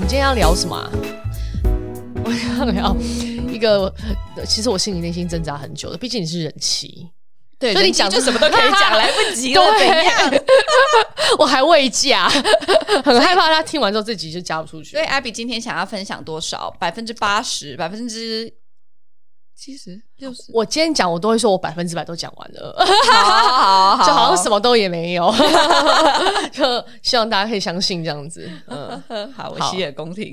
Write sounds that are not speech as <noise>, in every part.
今天要聊什么、啊？ <laughs> 我想聊一个，其实我心里内心挣扎很久的，毕竟你是人妻， <laughs> 对，所以你人妻讲就什么 <laughs> 都可以讲，来不及了，对怎样？我还未嫁，很害怕他听完之后自己就嫁不出去所以。艾比今天想要分享多少？百分之八十，百分之七十，六十，我今天讲，我都会说我百分之百都讲完了，好好 <laughs> 好，就好像什么？么都也没有， <laughs> 就希望大家可以相信这样子。嗯， <laughs> 好，我好洗耳恭听。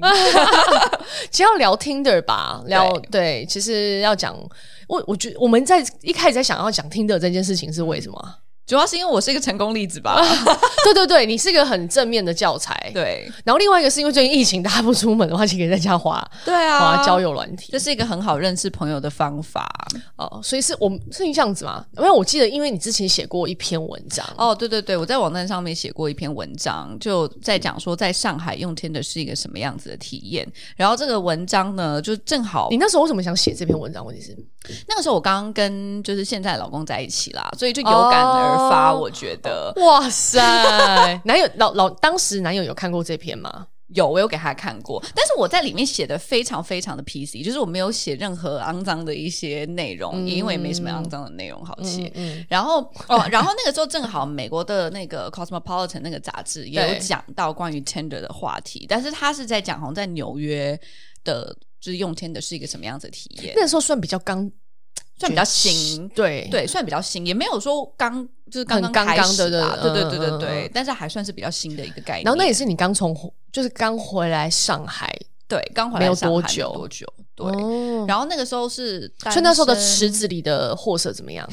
只要聊 Tinder 吧，聊对其实要讲我，我觉我们在一开始在想要讲 Tinder 这件事情是为什么啊？ <laughs> 主要是因为我是一个成功例子吧？对对对，你是一个很正面的教材。对然后另外一个是因为最近疫情，大家不出门的话，就可以在家滑对滑啊，交友软体这。是一个很好认识朋友的方法。哦，所以是我们是这样子嘛？因为我记得，因为你之前写过一篇文章，哦，对对对，我在网站上面写过一篇文章，就在讲说在上海用 Tinder 是一个什么样子的体验。然后这个文章呢，就正好你那时候为什么想写这篇文章？问题是，那个时候我刚刚跟就是现在的老公在一起啦，所以就有感而发，哦我觉得哇塞， <laughs> 男友老老当时男友有看过这篇吗？有，我有给他看过，但是我在里面写的非常非常的 PC，就是我没有写任何肮脏的一些内容，也因为没什么肮脏的内容好写。嗯，然 <laughs> 后哦，然后那个时候正好美国的那个 Cosmopolitan 那个杂志也对有讲到关于 Tinder 的话题，但是他是在讲好像在纽约的，就是用 Tinder 是一个什么样子的体验，那时候算比较刚，算比较新。对，对，算比较新，也没有说刚就是刚很刚刚开刚始的啦对对对嗯对对对嗯对嗯对，但是还算是比较新的一个概念。然后那也是你刚从就是刚回来上海，对刚回没来有上多海久多久？对，哦然后那个时候是单所以那时候的身池子里的货色怎么样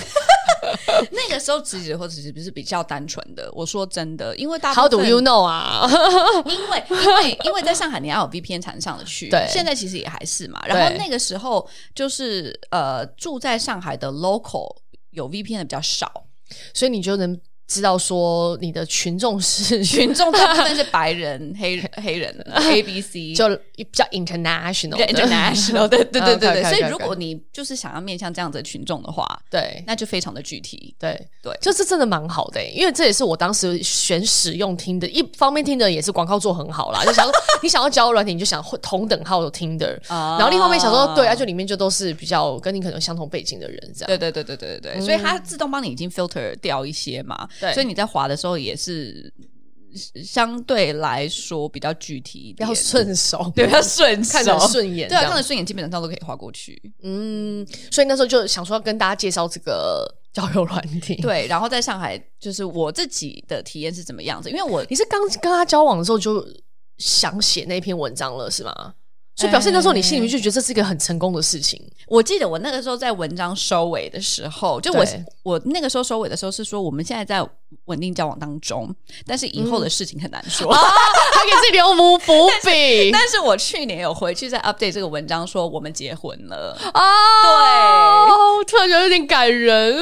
<laughs> 那个时候其实或者其实是比较单纯的。我说真的，因为大部？How do 分 you know 啊？ <laughs> 因为因为因为在上海你要有 VPN 才能上得去，对现在其实也还是嘛。然后对那个时候就是呃，住在上海的 local 有 VPN 的比较少， <laughs> 所以你就能知道说你的群众 <laughs> 是群众大部分是白人、黑 <laughs> 黑人、A B C 就比较 international 对的 international，对对对对对。 OK，OK，OK，OK 所以如果你就是想要面向这样子的群众的话， <laughs> 对那就非常的具体。对对就是真的蛮好的欸、因为这也是我当时选使用听的，一方面听的也是广告做很好 <laughs> 啦，就想说你想要交友软体，你就想会同等号的听的，然然后另外一面想说，对啊，就里面就都是比较跟你可能相同背景的人这样。对对对对对对对，所以它自动帮你已经 filter 掉一些嘛，嗯对所以你在滑的时候也是相对来说比较具体一比点，较顺手， <laughs> 对，比较 <laughs> 顺手，看着顺眼，对啊，看着着，顺眼，基本上都可以划过去。嗯，所以那时候就想说要跟大家介绍这个交友软体。，对，然后在上海，就是我自己的体验是怎么样子？因为我你是刚跟他交往的时候就想写那篇文章了，是吗？所以表示那时候你心里面就觉得这是一个很成功的事情，我记得我那个时候在文章收尾的时候，就我对我那个时候收尾的时候是说，我们现在在稳定交往当中，但是以后嗯的事情很难说。 <laughs> 还给自己留无伏 <laughs> 笔。但是我去年有回去再 update 这个文章，说我们结婚 <laughs> 了。哦，对，突然觉得有点感人。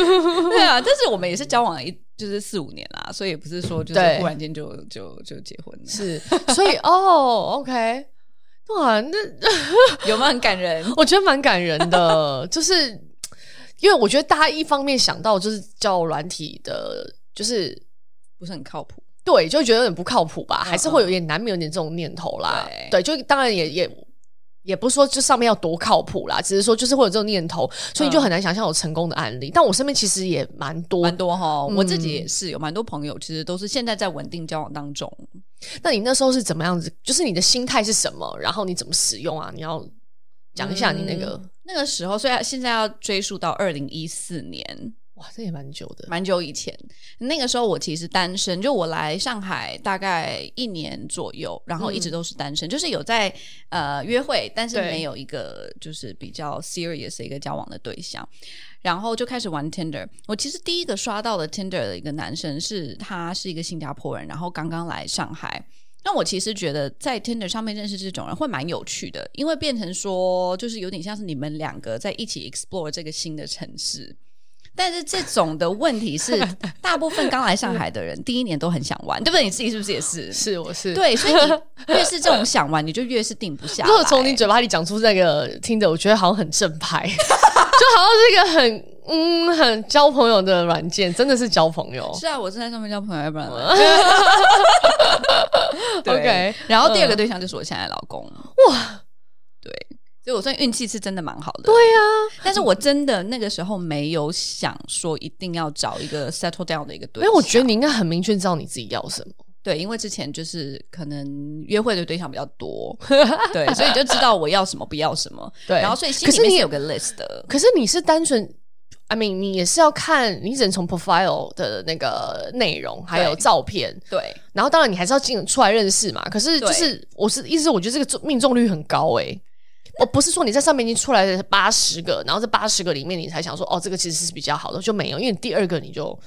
对啊，但是我们也是交往了一就是四五年啦，所以也不是说就是对忽然间就就就结婚了， <laughs> 是，所以哦，OK，哇，那有没有很感人？我觉得蛮感人 <laughs> 的，就是因为我觉得大家一方面想到就是叫软体的，就是不是很靠谱。对，就觉得有点不靠谱吧，嗯还是会有点难免有点这种念头啦。对，对就当然也也也不是说就上面要多靠谱啦，只是说就是会有这种念头，所以你就嗯很难想象有成功的案例。但我身边其实也蛮多。蛮多哈，嗯我自己也是有蛮多朋友，其实都是现在在稳定交往当中。那你那时候是怎么样子？就是你的心态是什么？然后你怎么使用啊？你要讲一下你那个、那个时候，虽然现在要追溯到二零一四年，哇，这也蛮久的。蛮久以前，那个时候我其实单身，就我来上海大概一年左右，然后一直都是单身，就是有在呃约会，但是嗯对没有一个就是比较 serious 的一个交往的对象。然后就开始玩 Tinder。我其实第一个刷到的 Tinder 的一个男生是他是一个新加坡人，然后刚刚来上海。那我其实觉得在 Tinder 上面认识这种人会蛮有趣的，因为变成说就是有点像是你们两个在一起 explore 这个新的城市。但是这种的问 <laughs> 题是，大部分刚来上海的人第一年都很想玩，对不对？你自己是不是也是？是，我是。对，所以你越是这种想玩，你就越是定不下来。如果啊从你嘴巴里讲出这个听的，我觉得好像很正派， <laughs> 就好像是一个很嗯很交朋友的软件，真的是交朋友。哦 <laughs> 是啊，我是在上面交朋友，要不然呢对 OK，然后第二个嗯对象就是我现在的老公，哇，对，所以我算运气是真的蛮好的。对啊，但是我真的那个时候没有想说一定要找一个 settle down 的一个对因象，为我觉得你应该很明确知道你自己要什么。对，因为之前就是可能约会的对象比较 <laughs> 多，对，所以就知道我要什么不要什么，对然后所以心可里是面你是有个 list 的，可是你是单纯，I mean，你也是要看，你只能从 profile 的那个内容还有对照片，对，然后当然你还是要进出来认识嘛。可是就对是我是意思，我觉得这个中命中率很高诶、我不是说你在上面已经出来了八十个，然后这八十个里面你才想说哦，这个其实是比较好的，就没有，因为你第二个你就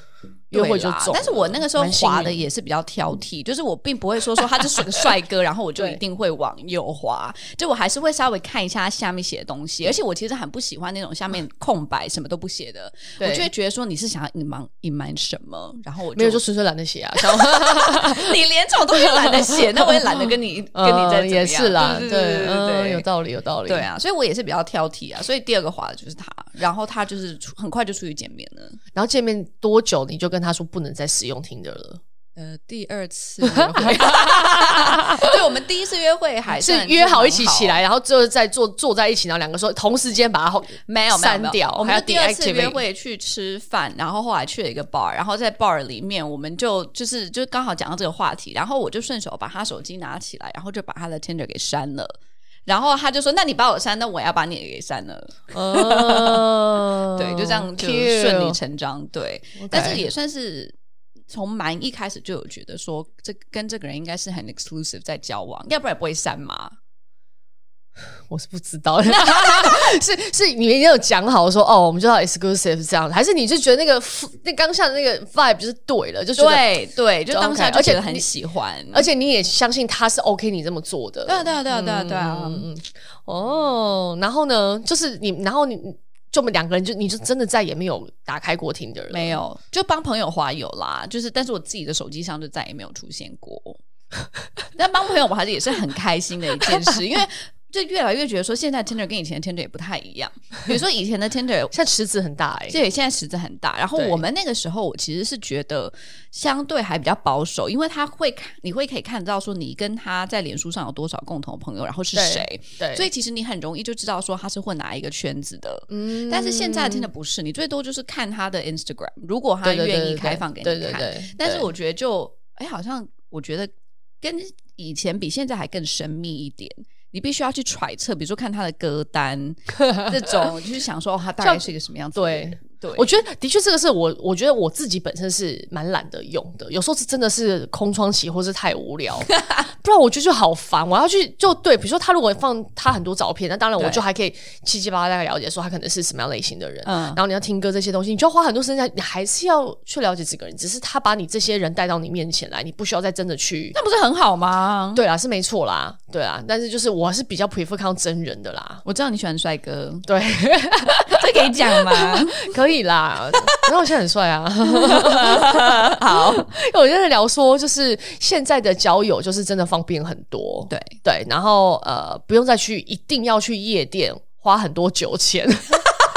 约对会就啦中了。但是我那个时候蛮幸运滑的也是比较挑剔，就是我并不会说说他就是个帅哥，然后我就对一定会往右滑，就我还是会稍微看一下下面写的东西，而且我其实很不喜欢那种下面空白什么都不写的，我对就会觉得说你是想要隐瞒隐瞒什么，然后我没有就纯粹懒得写啊，想 <laughs> 你连这种东西懒 <laughs> 得写，那我也懒得跟你跟你嗯再怎么样也是啦，对对对，对嗯，有道理，有道理，对啊，所以我也是比较挑剔啊，所以第二个滑的就是他，然后他就是出很快就出去见面了。然后见面多久你就跟他说不能再使用 Tinder 了？呃，第二次约 <laughs> 会，对，我们第一次约会还是算约好蛮一起起，来，然后最后再坐坐在一起，然后两个说同时间把它后没有没有删没有掉我们还就要第二次 deactivate 约会去吃饭，然后后来去了一个 bar，然后在 bar 里面，我们就就是就刚好讲到这个话题，然后我就顺手把他手机拿起来，然后就把他的 Tinder 给删了。然后他就说：“那你把我删，那我也要把你也给删了。”哦对，就这样就 cute 顺理成章。对，但是也算是从蛮一开始就有觉得说，这跟这个人应该是很 exclusive 在交往，要不然也不会删嘛。我是不知道 <laughs> 的，是是你们有讲好说哦，我们就要 exclusive 这样，还是你就觉得那个 f- 那刚下的那个 vibe 就是对了，就觉得，对对，就当下 OK，就觉得而且很你喜欢，而且你也相信他是 OK 你这么做的，对啊对啊对啊对啊对啊，嗯嗯哦，然后呢，就是你，然后你就我们两个人就你就真的再也没有打开过 Tinder 了，没有就帮朋友滑有啦，就是但是我自己的手机上就再也没有出现 <laughs> 过。但帮朋友我还是也是很开心的一件 <laughs> 事，因为。就越来越觉得说，现在 Tinder 跟以前的 Tinder 也不太一样。比如说以前的 <laughs> Tinder，现在池子很大哎、对，现在池子很大。然后对我们那个时候，我其实是觉得相对还比较保守，因为他会看，你会可以看到说你跟他在脸书上有多少共同朋友，然后是对谁，对，所以其实你很容易就知道说他是混哪一个圈子的。嗯但是现在真的不是，你最多就是看他的 Instagram，如果他对对对愿对意对开放给你看。对对对，但是对我觉得就，哎，好像我觉得跟以前比，现在还更神秘一点。你必须要去揣测，比如说看他的歌 <laughs> 单这种，就是想说、哦、他大概像是一个什么样子的人。对。对，我觉得的确，这个是我，我觉得我自己本身是蛮懒得用的，有时候是真的是空窗期，或是太无 <laughs> 聊，不然我觉得就好烦。我要去就对，比如说他如果放他很多照片，那当然我对就还可以七七八八大概了解说他可能是什么样类型的人，嗯然后你要听歌这些东西，你就要花很多时间，你还是要去了解这个人，只是他把你这些人带到你面前来，你不需要再真的去。那不是很好吗？对啦，啊是没错啦，对啦，但是就是我还是比较 prefer 看到真人的啦，我知道你喜欢帅哥，对，这可以讲吗？ <laughs> 可以啦，然后我现在很帅啊。好，我就在聊说，就是现在的交友就是真的方便很多，对，对，然后呃，不用再去一定要去夜店花很多酒钱，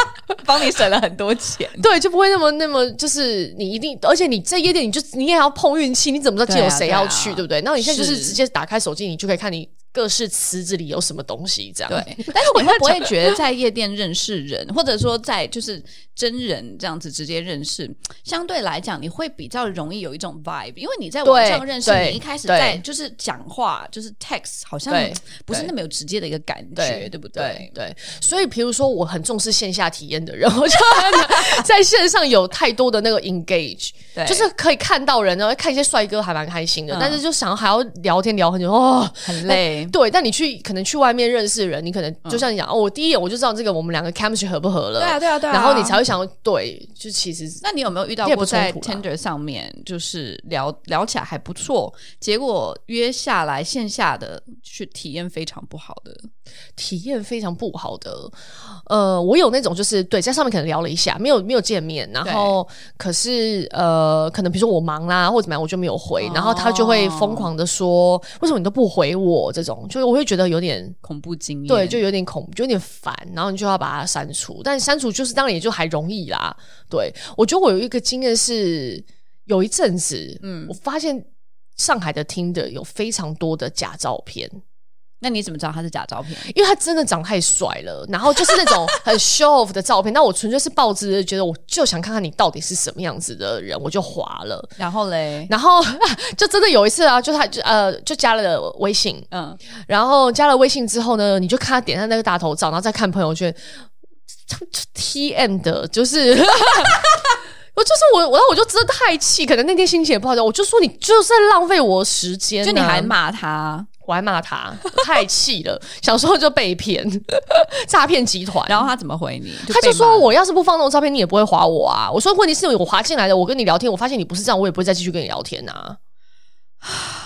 <laughs> 帮你省了很多钱。对，就不会那么那么就是你一定，而且你在夜店你就你也要碰运气，你怎么知道今天有谁要去，对啊对啊对不对？那你现在就是是直接打开手机，你就可以看你各式池子里有什么东西，这样对， <laughs> 但是你会不会觉得在夜店认识人，或者说在就是真人这样子直接认识，相对来讲你会比较容易有一种 vibe，因为你在网对上认识，对你一开始对在就是讲话就是 text，好像对不是那么有直接的一个感觉，对不对对？对，所以比如说我很重视线下体验的人，我就很 <laughs> 难在线上有太多的那个 engage，对就是可以看到人，然后哎看一些帅哥还蛮开心的，嗯但是就想还要聊天聊很久哦。很累，对，但你去可能去外面认识人，你可能就像你讲、哦，我第一眼我就知道这个我们两个 chemistry 合不合了，对啊，对啊，对啊，然后你才。会想对，就其实那你有没有遇到也过不冲在突啦 Tinder 上面就是聊聊起来还不错，结果约下来线下的去体验非常不好的？体验非常不好的。呃，我有那种就是对，在上面可能聊了一下，没有没有见面，然后可是呃，可能比如说我忙啦或者怎么样，我就没有回，哦然后他就会疯狂的说为什么你都不回我？这种就是我会觉得有点。恐怖经验？对，就有点恐，就有点烦，然后你就要把它删除。但删除就是当然也就还容易啦。嗯对我觉得我有一个经验是，有一阵子，嗯，我发现上海的 Tinder 有非常多的假照片，那你怎么知道他是假照片？因为他真的长太帅了，然后就是那种很 <laughs> show off 的照片。但我纯粹是抱着觉得我就想看看你到底是什么样子的人，我就划了。 <laughs> 然后嘞，然后啊就真的有一次啊，就他就呃就加了微信，嗯，然后加了微信之后呢，你就看他点下那个大头照，然后再看朋友圈，T M 的，就是 <laughs> 我就是我，我然后我就真的太气，可能那天心情也不好，我就说你就是在浪费我时间、啊就你还，骂他，我还骂他，我太气了， <laughs> 小时候就被骗， <laughs> 诈骗集团，然后嗯他怎么回你？他就被骂说：“我要是不放那种照片，你也不会划我啊。”我说：“问题是我划进来的，我跟你聊天，我发现你不是这样，我也不会再继续跟你聊天啊。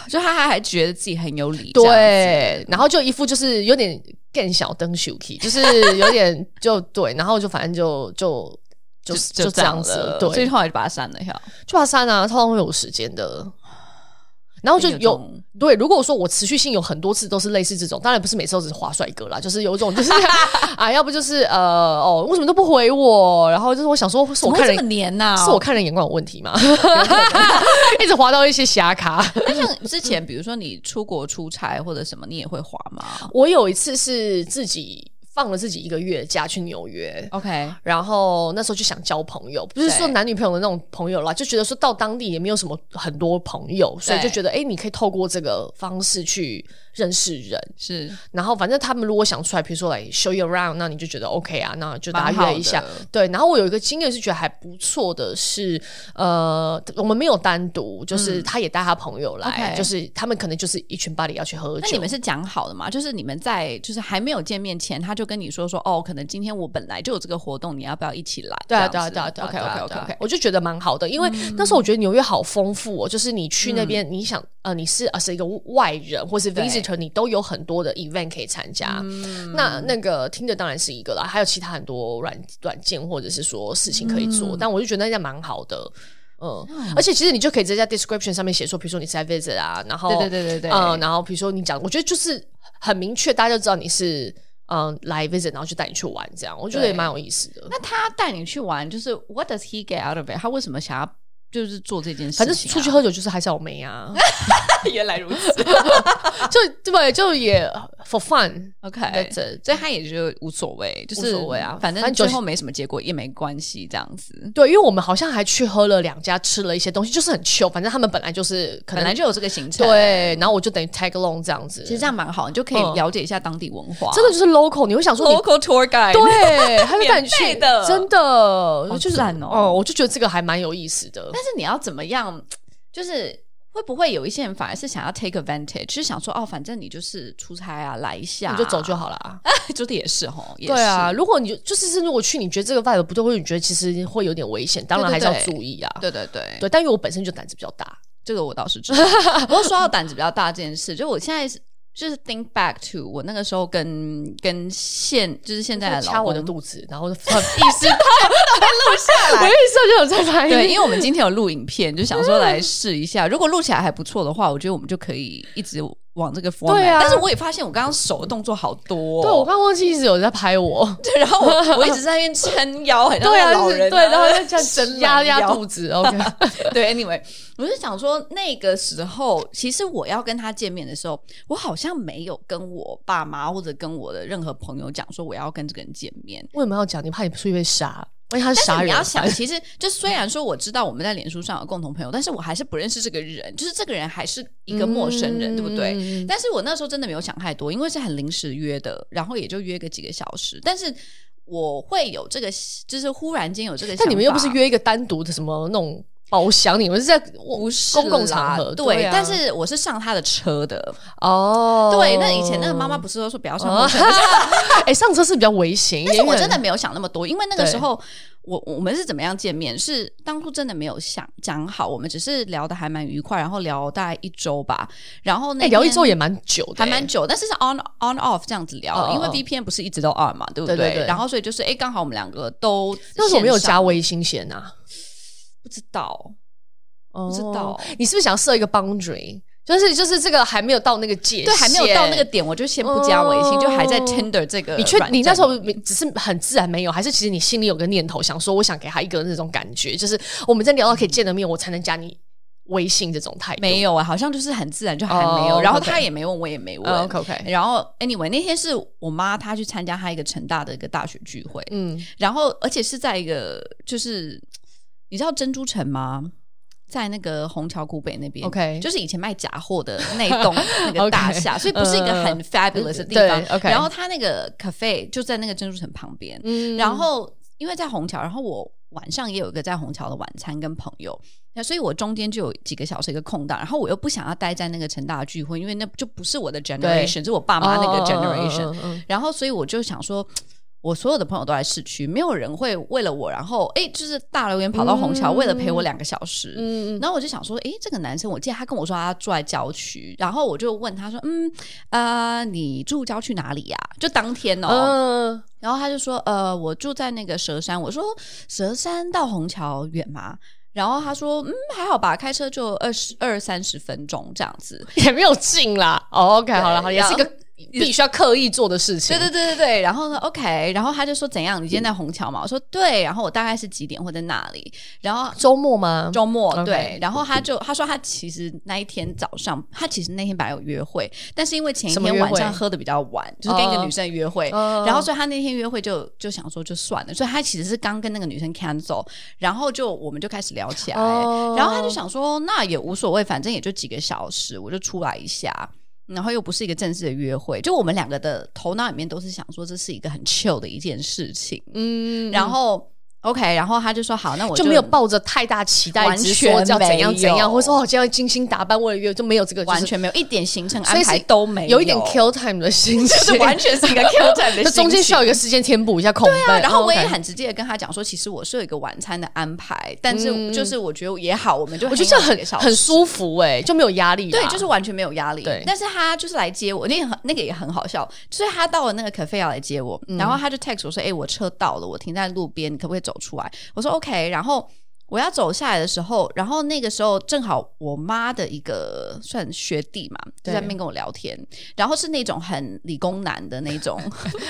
就他还还觉得自己很有理，”对，然后就一副就是有点更小灯 <laughs> shuki，就是有点就对，然后就反正就就就这样子就这就这样样子子，所以对，后来就把他删了一下。就把删啊，通常会有时间的。然后就有有种对，如果说我持续性有很多次都是类似这种，当然不是每次都只是划帅哥啦，就是有一种就是 <laughs> <laughs> 啊，要不就是呃哦，为什么都不回我？然后就是我想说，是怎我么看会人这么黏啊 <laughs> 呐？是我看人眼光有问题吗？ <laughs> <laughs> 一直滑到一些瞎咖。那像之前，比如说你出国出差或者什么，你也会滑吗我有一次是自己放了自己一个月假去纽约。 ？OK，然后那时候就想交朋友，不是说对男女朋友的那种朋友啦，就觉得说到当地也没有什么很多朋友，所以对就觉得哎，诶你可以透过这个方式去认识人。是然后反正他们如果想出来，比如说来 show you around，那你就觉得 OK 啊，那就大蛮家好约一的下。对，然后我有一个经验是觉得还不错的是，呃，我们没有单独，就是他也带他朋友来，嗯 OK 就是他们可能就是一群 buddy 要去喝酒。那你们是讲好的嘛？就是你们在就是还没有见面前，他就跟你说说哦，可能今天我本来就有这个活动，你要不要一起来？对啊，对啊，对啊，对啊，OK 对啊 OK 对 OK 啊 OK，我就觉得蛮好的，因为嗯那时候我觉得纽约好丰富哦，就是你去那边，你想呃你是呃是一个外人或是对嗯 visitor，你都有很多的 event 可以参加。那那个听的当然是一个啦，还有其他很多软软件或者是说事情可以嗯做，但我就觉得那家蛮好的。哦嗯，而且其实你就可以直接在 description 上面写说，比如说你是在 visit 啊，然后对对对对对嗯，然后比如说你讲，我觉得就是很明确，大家就知道你是嗯来 visit，然后就带你去玩这样，我觉得也对蛮有意思的。那他带你去玩，就是 What does he get out of it？他为什么想要就是做这件事情、反啊正出去，喝酒就是还是要妹啊， <laughs> <laughs> 原来如此。就对，就也 for fun。 OK，这所以他也就无所谓，就是无所谓啊反反正正就最是后没什么结果也没关系，这样子。对，因为我们好像还去喝了两家，吃了一些东西，就是很 chill。反正他们本来就是可本能来就有这个行程，，对，然后我就等于 tag along 这样子。其实这样蛮好，你就可以嗯了解一下当地文化。真的就是 local，你会想说你 local tour guide，对，他就带你免去费的真的就是赞哦哦，我就觉得这个还蛮有意思的。但是你要怎么样？就是会不会有一些人反而是想要 take advantage，就是想说哦，反正你就是出差啊，来一下、你就走就好了啊。 <laughs> 就的也是吼，也是对啊，，如果你就就是是如果去，你觉得这个 vibe 不对，或者你觉得其实会有点危险，当然对还是对要对注意啊。对对对，对，但因为我本身就胆子比较大，这个我倒是知 <laughs> 道。不过说到胆子比较大这件事，就我现在是就是 think back to 我那个时候跟跟现就是现在的老掐我的公肚 <laughs> 子，然后就意识到被录下来，我意识到就有在拍对，因你。 <laughs> 为我嗯们今天有录影片，就想说来试一下。如果录起来还不错的话，我觉得我们就可以一直往这个 format。对啊但是我也发现我刚刚手的动作好多、哦。对，我刚忘记一直有在拍 <laughs> 我。对，然后我我一直在那边撑 <laughs> 腰，很像对啊，那个老就是人、对，然后就 <laughs> 这样伸压懒压腰肚子。OK， <laughs> 对，anyway，我就想说，那个时候其实我要跟他见面的时候，我好像没有跟我爸妈或者跟我的任何朋友讲说我要跟这个人见面。为什么要讲？你怕你出去被杀？万一他是但杀是你人啊要犯？想，其实就虽然说我知道我们在脸书上有共同朋友，但是我还是不认识这个人，就是这个人还是一个陌生人，对不对？嗯但是我那时候真的没有想太多，因为是很临时约的，然后也就约个几个小时。但是我会有这个，就是忽然间有这个想法。但你们又不是约一个单独的什么那种包厢，你们是在不是公共啦场合对，对啊但是我是上他的车的。哦。对，那以前那个 <laughs> 妈妈不是都说不要上哦陌生人， <laughs> 哎，上车是比较危险一 <laughs> 但点，是我因为真的没有想那么多，因为那个对时候我我们是怎么样见面，是当初真的没有想讲好，我们只是聊的还蛮愉快，然后聊大概一周吧，然后那哎聊一天周也蛮久的，欸还蛮久，但是是 on on off 这样子聊，哦哦哦因为 VPN 不是一直都 on 嘛，对不对对对然后所以就是哎，刚好我们两个都那时候没有线上加微信先啊？不知道，不知道你是不是想设一个 boundary？就是就是这个还没有到那个界限，对，还没有到那个点，我就先不加微信，哦就还在 Tinder 这个你确软你那站时候只是很自然没有，还是其实你心里有个念头想说，我想给他一个那种感觉，就是我们在聊到可以见了面，我才能加你微信这种态度？没有啊，好像就是很自然就还没有哦然后 OK 哦他也没问，我也没问。 o k OK，然后，anyway，那天是我妈她去参加她一个成大的一个大学聚会，嗯，然后而且是在一个就是你知道珍珠城吗？在那个虹桥古北那边 OK 就是以前卖假货的那一 <laughs> 栋那个大厦 OK 所以不是一个嗯很 fabulous 的地对方。 ，OK 然后它那个 cafe 就在那个珍珠城旁边，嗯然后因为在虹桥，然后我晚上也有一个在虹桥的晚餐跟朋友，那所以我中间就有几个小时一个空档，然后我又不想要待在那个成大的聚会，因为那就不是我的 generation，是我爸妈那个 generation，、嗯哦哦哦哦哦然后所以我就想说。我所有的朋友都在市区，没有人会为了我，然后哎，就是大老远跑到虹桥，嗯为了陪我两个小时。嗯嗯然后我就想说，诶，这个男生，我记得他跟我说他住在郊区，然后我就问他说，嗯，呃，你住郊区哪里呀、就当天哦，嗯，然后他就说，呃，我住在那个蛇山。我说蛇山到虹桥远吗？然后他说，嗯，还好吧，开车就二十二三十分钟这样子。也没有进啦。哦 OK，好了，好了，也然后是一个必须要刻意做的事情。对对对对对，然后呢，OK，然后他就说怎样？你今天在虹桥嘛？我说对，然后我大概是几点会在那里？<laughs> 然后周末吗？周末 OK 对，然后他就他说他其实那一天早上，他其实那天本来有约会，但是因为前一什么天约晚会上喝的比较晚，就是跟一个哦女生约会，哦然后所以他那天约会就就想说就算了，所以他其实是刚跟那个女生 cancel，然后就我们就开始聊起来，哦然后他就想说那也无所谓，反正也就几个小时，我就出来一下。然后又不是一个正式的约会，就我们两个的头脑里面都是想说这是一个很 chill 的一件事情。嗯，然后 OK，然后他就说好，那我就没有抱着太大期待，完只是说要怎样全没有怎样，或者说哦，今天要精心打扮为了约，就没有这个，完就是全没有一点行程所安以是排都没有一点 kill time 的心情， <laughs> 就是完全是一个 Q 站 <laughs> 的心情那中间需要有一个时间填补一下空对啊白。然后我也哦，OK 很直接的跟他讲说，其实我是有一个晚餐的安排，但是嗯就是我觉得也好，我们就我觉得这样 hang 很 out 几个小时很舒服哎，就没有压力啦。对，就是完全没有压力。对但是他就是来接我，那也很那个也很好笑，就是他到了那个 cafe 要来接我，然后他就 text 我说：“哎、我车到了，我停在路边，你可不可以走出来？”我说：“OK。”然后我要走下来的时候，然后那个时候正好我妈的一个算学弟嘛，就对在那边跟我聊天，然后是那种很理工男的那种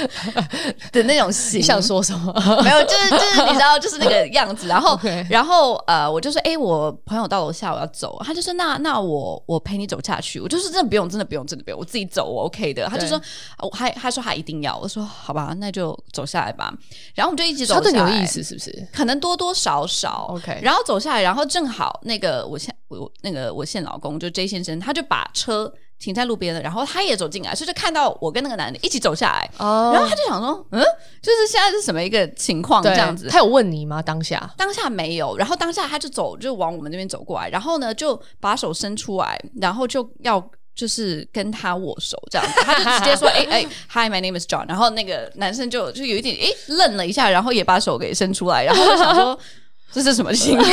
<laughs> 的那种型你， <laughs> 想说什么？没有，就是就是你知道，就是那个样子。 <laughs> 然后 OK 然后呃，我就说，哎、我朋友到楼下，我要走。他就说，那那我我陪你走下去。我就是真的不用，真的不用，真的不用，我自己走，我 OK 的。他就说，我还他说他一定要。我说好吧，那就走下来吧。然后我们就一起 <laughs> 走他下来。对你有意，思是不是可能多多少少。 ？OK，然后走下来，然后正好那个我现我我那个我现老公就 J 先生，他就把车停在路边了，然后他也走进来，所以就看到我跟那个男的一起走下来，哦然后他就想说，嗯，就是现在是什么一个情况这对样子？他有问你吗？当下当下没有，然后当下他就走，就往我们那边走过来，然后呢就把手伸出来，然后就要就是跟他握手这样子，他就直 <laughs> 接说，哎哎、h i my name is John，然后那个男生就就有一点哎、愣了一下，然后也把手给伸出来，然后就 <laughs> 想说。这是什么情况？ <laughs>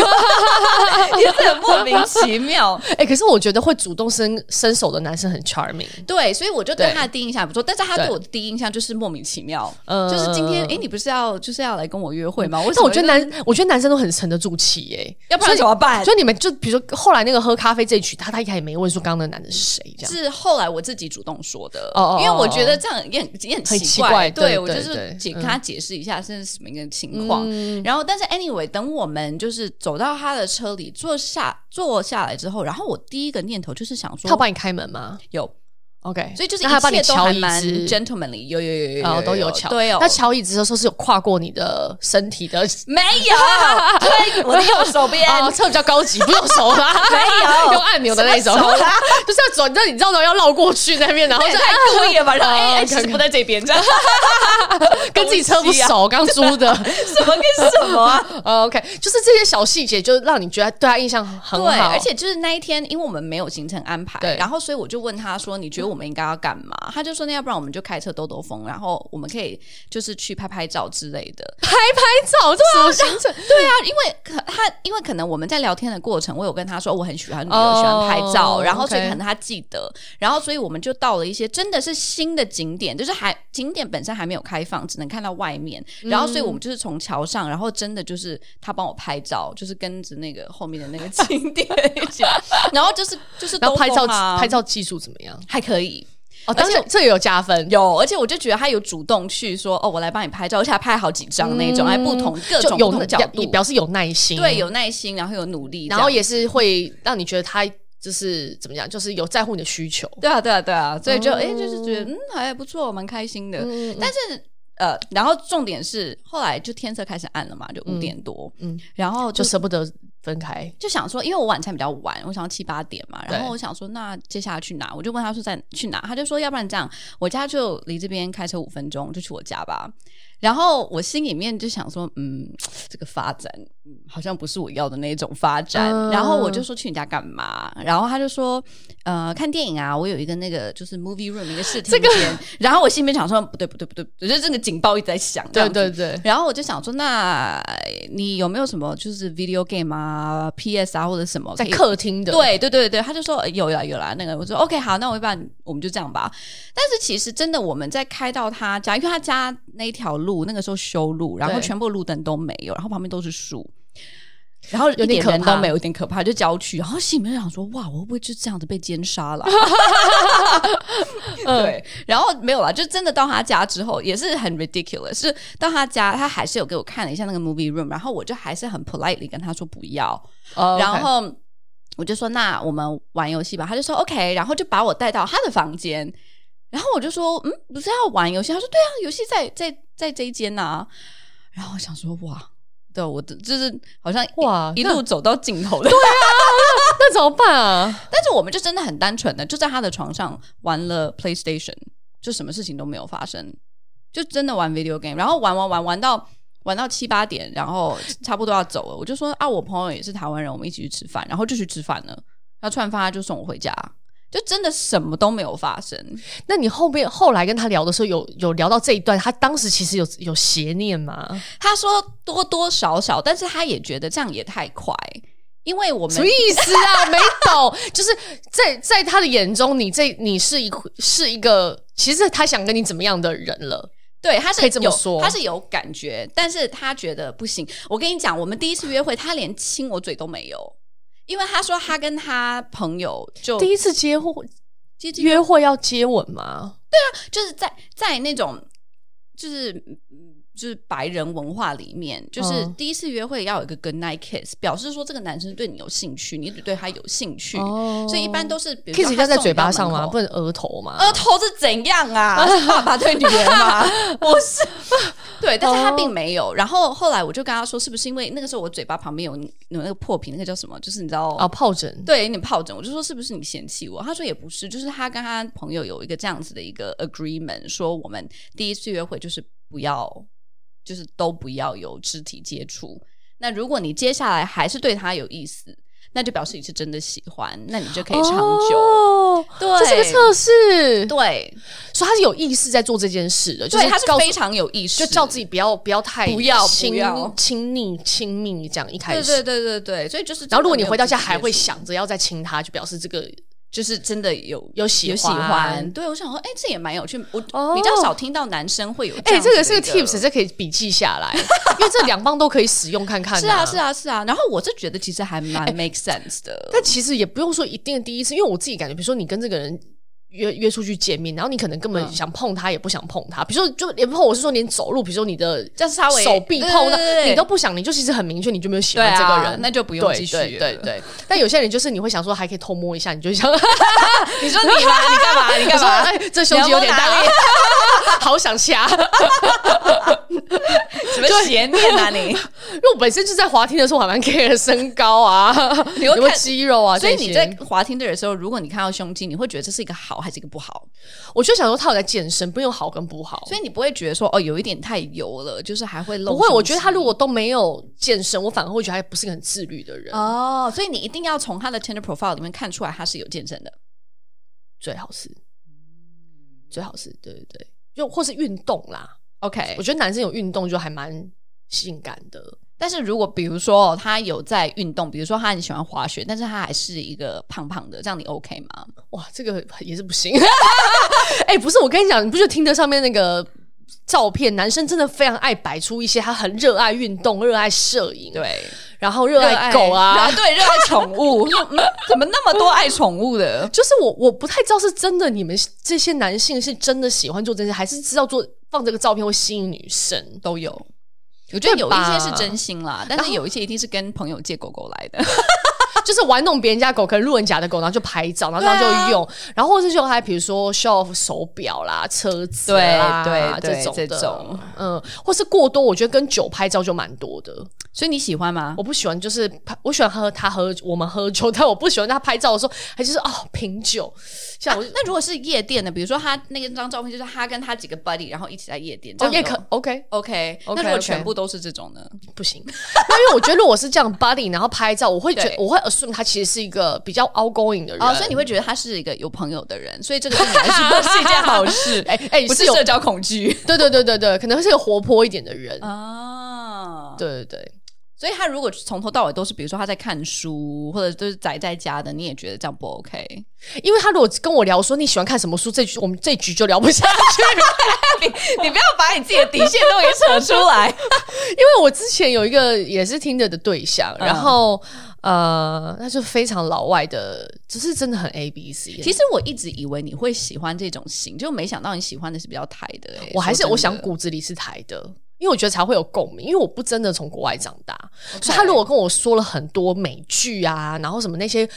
也是很莫名其妙。哎、可是我觉得会主动伸伸手的男生很 charming，对，所以我就对对他的第一印象不错，但是他对对我的第一印象就是莫名其妙。嗯就是今天，哎、你不是要就是要来跟我约会吗？我但我觉得男，我觉得男生都很沉得住气耶、要不然怎么办？所以你们就比如说后来那个喝咖啡这一曲，他他一开始也没问说刚刚那男的是谁，这样是后来我自己主动说的，哦哦哦因为我觉得这样也很也很很奇奇怪对对我就是对嗯解对跟他解释一下是什么一个情况。然后，但是 anyway，等我们就是走到他的车里坐下坐下来之后，然后我第一个念头就是想他有说，帮你开门吗有， ？OK，所以就是那他帮一你切都敲还椅蛮子， gentlemanly，有有有有有哦，都有有敲，对哦那。敲椅子的时候是有跨过你的身体的，没有，对，我的右手边，哦，这个比较高级，不用手啦， <laughs> <laughs> 没有用按钮的那种，什么手 <laughs> 啦啊就是要转，你知道要绕过去那 <laughs> 边，然后那也再太故意了吧？然后哦哎，哎看其实看不在这边，这 <laughs> 样跟自己车不东西啊 <laughs> 熟，刚租的。什么跟什么啊？哦 OK，就是这些小细节，就让你觉得对他印象很对，好，而且就是那一天，因为我们没有行程安排，对然后所以我就问他说：“你觉得我们应该要干嘛？”他就说：“那要不然我们就开车兜兜风，然后我们可以就是去拍拍照之类的。拍拍照，这什么行 <laughs> 程？”对啊，因为可他因为可能我们在聊天的过程，我有跟他说我很喜欢旅游，喜欢拍照，哦然后 OK 所以可能他记得，然后所以我们就到了一些真的是新的景点，就是还景点本身还没有开放，只能看到外面，嗯然后所以我们就是从桥上，然后真的就是他帮我拍照，就是跟着那个后面的那个 <laughs> 景点一起，然后就是就是然后兜拍风照啊拍照技术怎么样？还可以。哦，当然这个有加分，有，而且我就觉得他有主动去说，哦，我来帮你拍照，而且还拍好几张那种，还不同各嗯就种有不同角表度，表示有耐心，对，有耐心，然后有努力，然后这样也是会让你觉得他就是怎么讲，就是有在乎你的需求。对啊，对啊，对啊，所以哦就哎、就是觉得嗯，还不错，蛮开心的。嗯但是呃，然后重点是后来就天色开始暗了嘛，就五点多，嗯然后就就舍不得分开。就想说，因为我晚餐比较晚，我想要七八点嘛，然对后我想说，那接下来去哪？我就问他说在去哪，他就说，要不然这样，我家就离这边开车五分钟，就去我家吧。然后我心里面就想说，嗯，这个发展嗯好像不是我要的那种发展。嗯然后我就说去你家干嘛？然后他就说，呃，看电影啊，我有一个那个就是 movie room 一个视听间。然后我心里面想说，不对不对不对，我觉得这个警报一直在响。嗯这对样子对对，然后我就想说，那你有没有什么就是 video game 啊、PS 啊或者什么在可以客厅的，对对对对，他就说呃有啦有啦，那个我说 OK 好，那我一般我们就这样吧。但是其实真的我们在开到他家，因为他家那一条路那个时候修路，然后对全部路灯都没有，然后旁边都是树。然后有一点点可人都怕没有，有点可怕，就郊区。然后心里面就想说：哇，我会不会就这样子被奸杀了？啊嗯，对，然后没有啦，就真的到他家之后也是很 ridiculous，是到他家他还是有给我看了一下那个 movie room，然后我就还是很 politely 跟他说不要哦然 OK 后我就说那我们玩游戏吧，他就说 OK，然后就把我带到他的房间，然后我就说嗯，不是要玩游戏，他说对啊，游戏在在在这一间呐、然后我想说哇。对，啊我的就是好像一哇一啊那啊路走到尽头了。那怎么办啊？ <laughs> 但是我们就真的很单纯的，就在他的床上玩了 PlayStation，就什么事情都没有发生，就真的玩 video game，然后玩玩玩玩到玩到七八点，然后差不多要走了，我就说啊，我朋友也是台湾人，我们一起去吃饭，然后就去吃饭了，要串发就送我回家，就真的什么都没有发生，那你后面后来跟他聊的时候，有有聊到这一段，他当时其实有有邪念吗？他说多多少少，但是他也觉得这样也太快，因为我什们么意思啊？没懂， <laughs> 就是在在他的眼中，你这你是一是一个，其实他想跟你怎么样的人了？对，他是可以这么有说他是有感觉，但是他觉得不行。我跟你讲，我们第一次约会，他连亲我嘴都没有，因为他说他跟他朋友就第一次接会哦接近，约会要接吻吗？就是在在那种就是嗯就是白人文化里面，就是嗯第一次约会要有一个 good night kiss，表示说这个男生对你有兴趣，你对他有兴趣，哦所以一般都是比如说 kiss 一他下在送嘴你到巴上门吗？口不能额头吗？额头是怎样啊？是 <laughs> 爸爸对女人 <laughs> 吗？哦我是对，但是他并没有。然后后来我就跟他说，是不是因为那个时候我嘴巴旁边有有那个破皮，那个叫什么？就是你知道啊，疱疹。对，有点疱疹，我就说是不是你嫌弃我？他说也不是，就是他跟他朋友有一个这样子的一个 agreement，说我们第一次约会就是不要，就是都不要有肢体接触。那如果你接下来还是对他有意思，那就表示你是真的喜欢，那你就可以长久。哦对，这是个测试，对，所以他是有意识在做这件事的，就对，他是告诉非常有意识，就叫自己不要不要太不要不亲要亲密亲密这样一开对始。对对对对，所以就是真然的没有直接接触，后如果你回到家还会想着要再亲他，就表示这个就是真的有有喜有喜欢欢，对我想说，哎，这也蛮有趣，我哦比较少听到男生会有样子哎、的一，这个是个 tips，这可以笔记下来，因为这两方都可以使用看看、 <laughs> 是啊是啊是啊，然后我是觉得其实还哎蛮 make sense 的，但其实也不用说一定第一次，因为我自己感觉，比如说你跟这个人。约约出去见面，然后你可能根本嗯想碰他，也不想碰他。比如说，就连碰，我是说连走路，比如说你的但是稍微手臂对碰到对对对你都不想，你就其实很明确，你就没有喜对欢这个啊人，，那就不用继对对续对了。对。但有些人就是你会想说还可以偷摸一下，你就想你说你吗？你干嘛？你干说嘛？哎，这胸肌有点你要摸大哪里， <laughs> 好想掐。什么邪念啊 <laughs> 你？因为我本身就在滑梯的时候，我还蛮 care 身高啊，你有会没有看肌肉啊。所以你在这些滑听的时候，如果你看到胸肌，你会觉得这是一个好还是一个不好？我就想说他有在健身，不用好跟不好。所以你不会觉得说哦，有一点太油了，就是还会露不胸肌。会，我觉得他如果都没有健身，我反而会觉得他不是个很自律的人，哦，所以你一定要从他的 Tinder profile 里面看出来他是有健身的。最好是，最好是，对对对，就或是运动啦。 OK，我觉得男生有运动就还蛮性感的。但是如果比如说哦他有在运动，比如说他很喜欢滑雪，但是他还是一个胖胖的，这样你 OK 吗？哇，这个也是不行。 <laughs> 哎、不是，我跟你讲，你不就听得上面那个照片，男生真的非常爱摆出一些他很热爱运动、热爱摄影，对，然后热爱狗啊， <laughs> 对，热爱宠 <laughs> 物，嗯怎么那么多爱宠物的？就是我我不太知道是真的，你们这些男性是真的喜欢做这些，还是知道做放这个照片会吸引女生？都有。我觉得有一些是对吧真心啦，但是有一些一定是跟朋友借狗狗来的。就是玩弄别人家狗，可能路人甲的狗，然后就拍照，然后对啊这样就用，然后或者是用来比如说 show off 手表啦、车子啦对对对这种的这种嗯，或是过多，我觉得跟酒拍照就蛮多的。 <laughs> 所以你喜欢吗我？不喜欢，就是拍我喜欢喝他喝我们喝酒，但我不喜欢他拍照的时候，还就是哦品酒，像我就、啊那如果是夜店的，比如说他那张照片就是他跟他几个 buddy，然后一起在夜店，哦这样也有可 OK OK。 OK，那如果 OK 全部都是这种呢？不行，那因为我觉得如果是这样 body 然后拍照，我会觉对我会 assume 他其实是一个比较 outgoing 的人，哦，所以你会觉得他是一个有朋友的人，所以这个对你来说是一件好 <laughs> 事。哎哎、不是是有社交恐 <laughs> 惧对对对对对，可能是一个活泼一点的人，嗯啊。对，对对对。所以他如果从头到尾都是，比如说他在看书，或者就是宅在家的，你也觉得这样不 OK？因为他如果跟我聊说你喜欢看什么书，这局我们这局就聊不 <laughs> 下去。 <laughs> 你不要把你自己的底线都给扯出来。因为我之前有一个也是听着的对象，嗯然后呃，那就非常老外的，就是真的很 A B C。 <laughs> 其实我一直以为你会喜欢这种型，就没想到你喜欢的是比较台的、欸。我还是说真的我想，骨子里是台的，因为我觉得才会有共鸣。因为我不真的从国外长大所以他如果跟我说了很多美剧啊，然后什么那些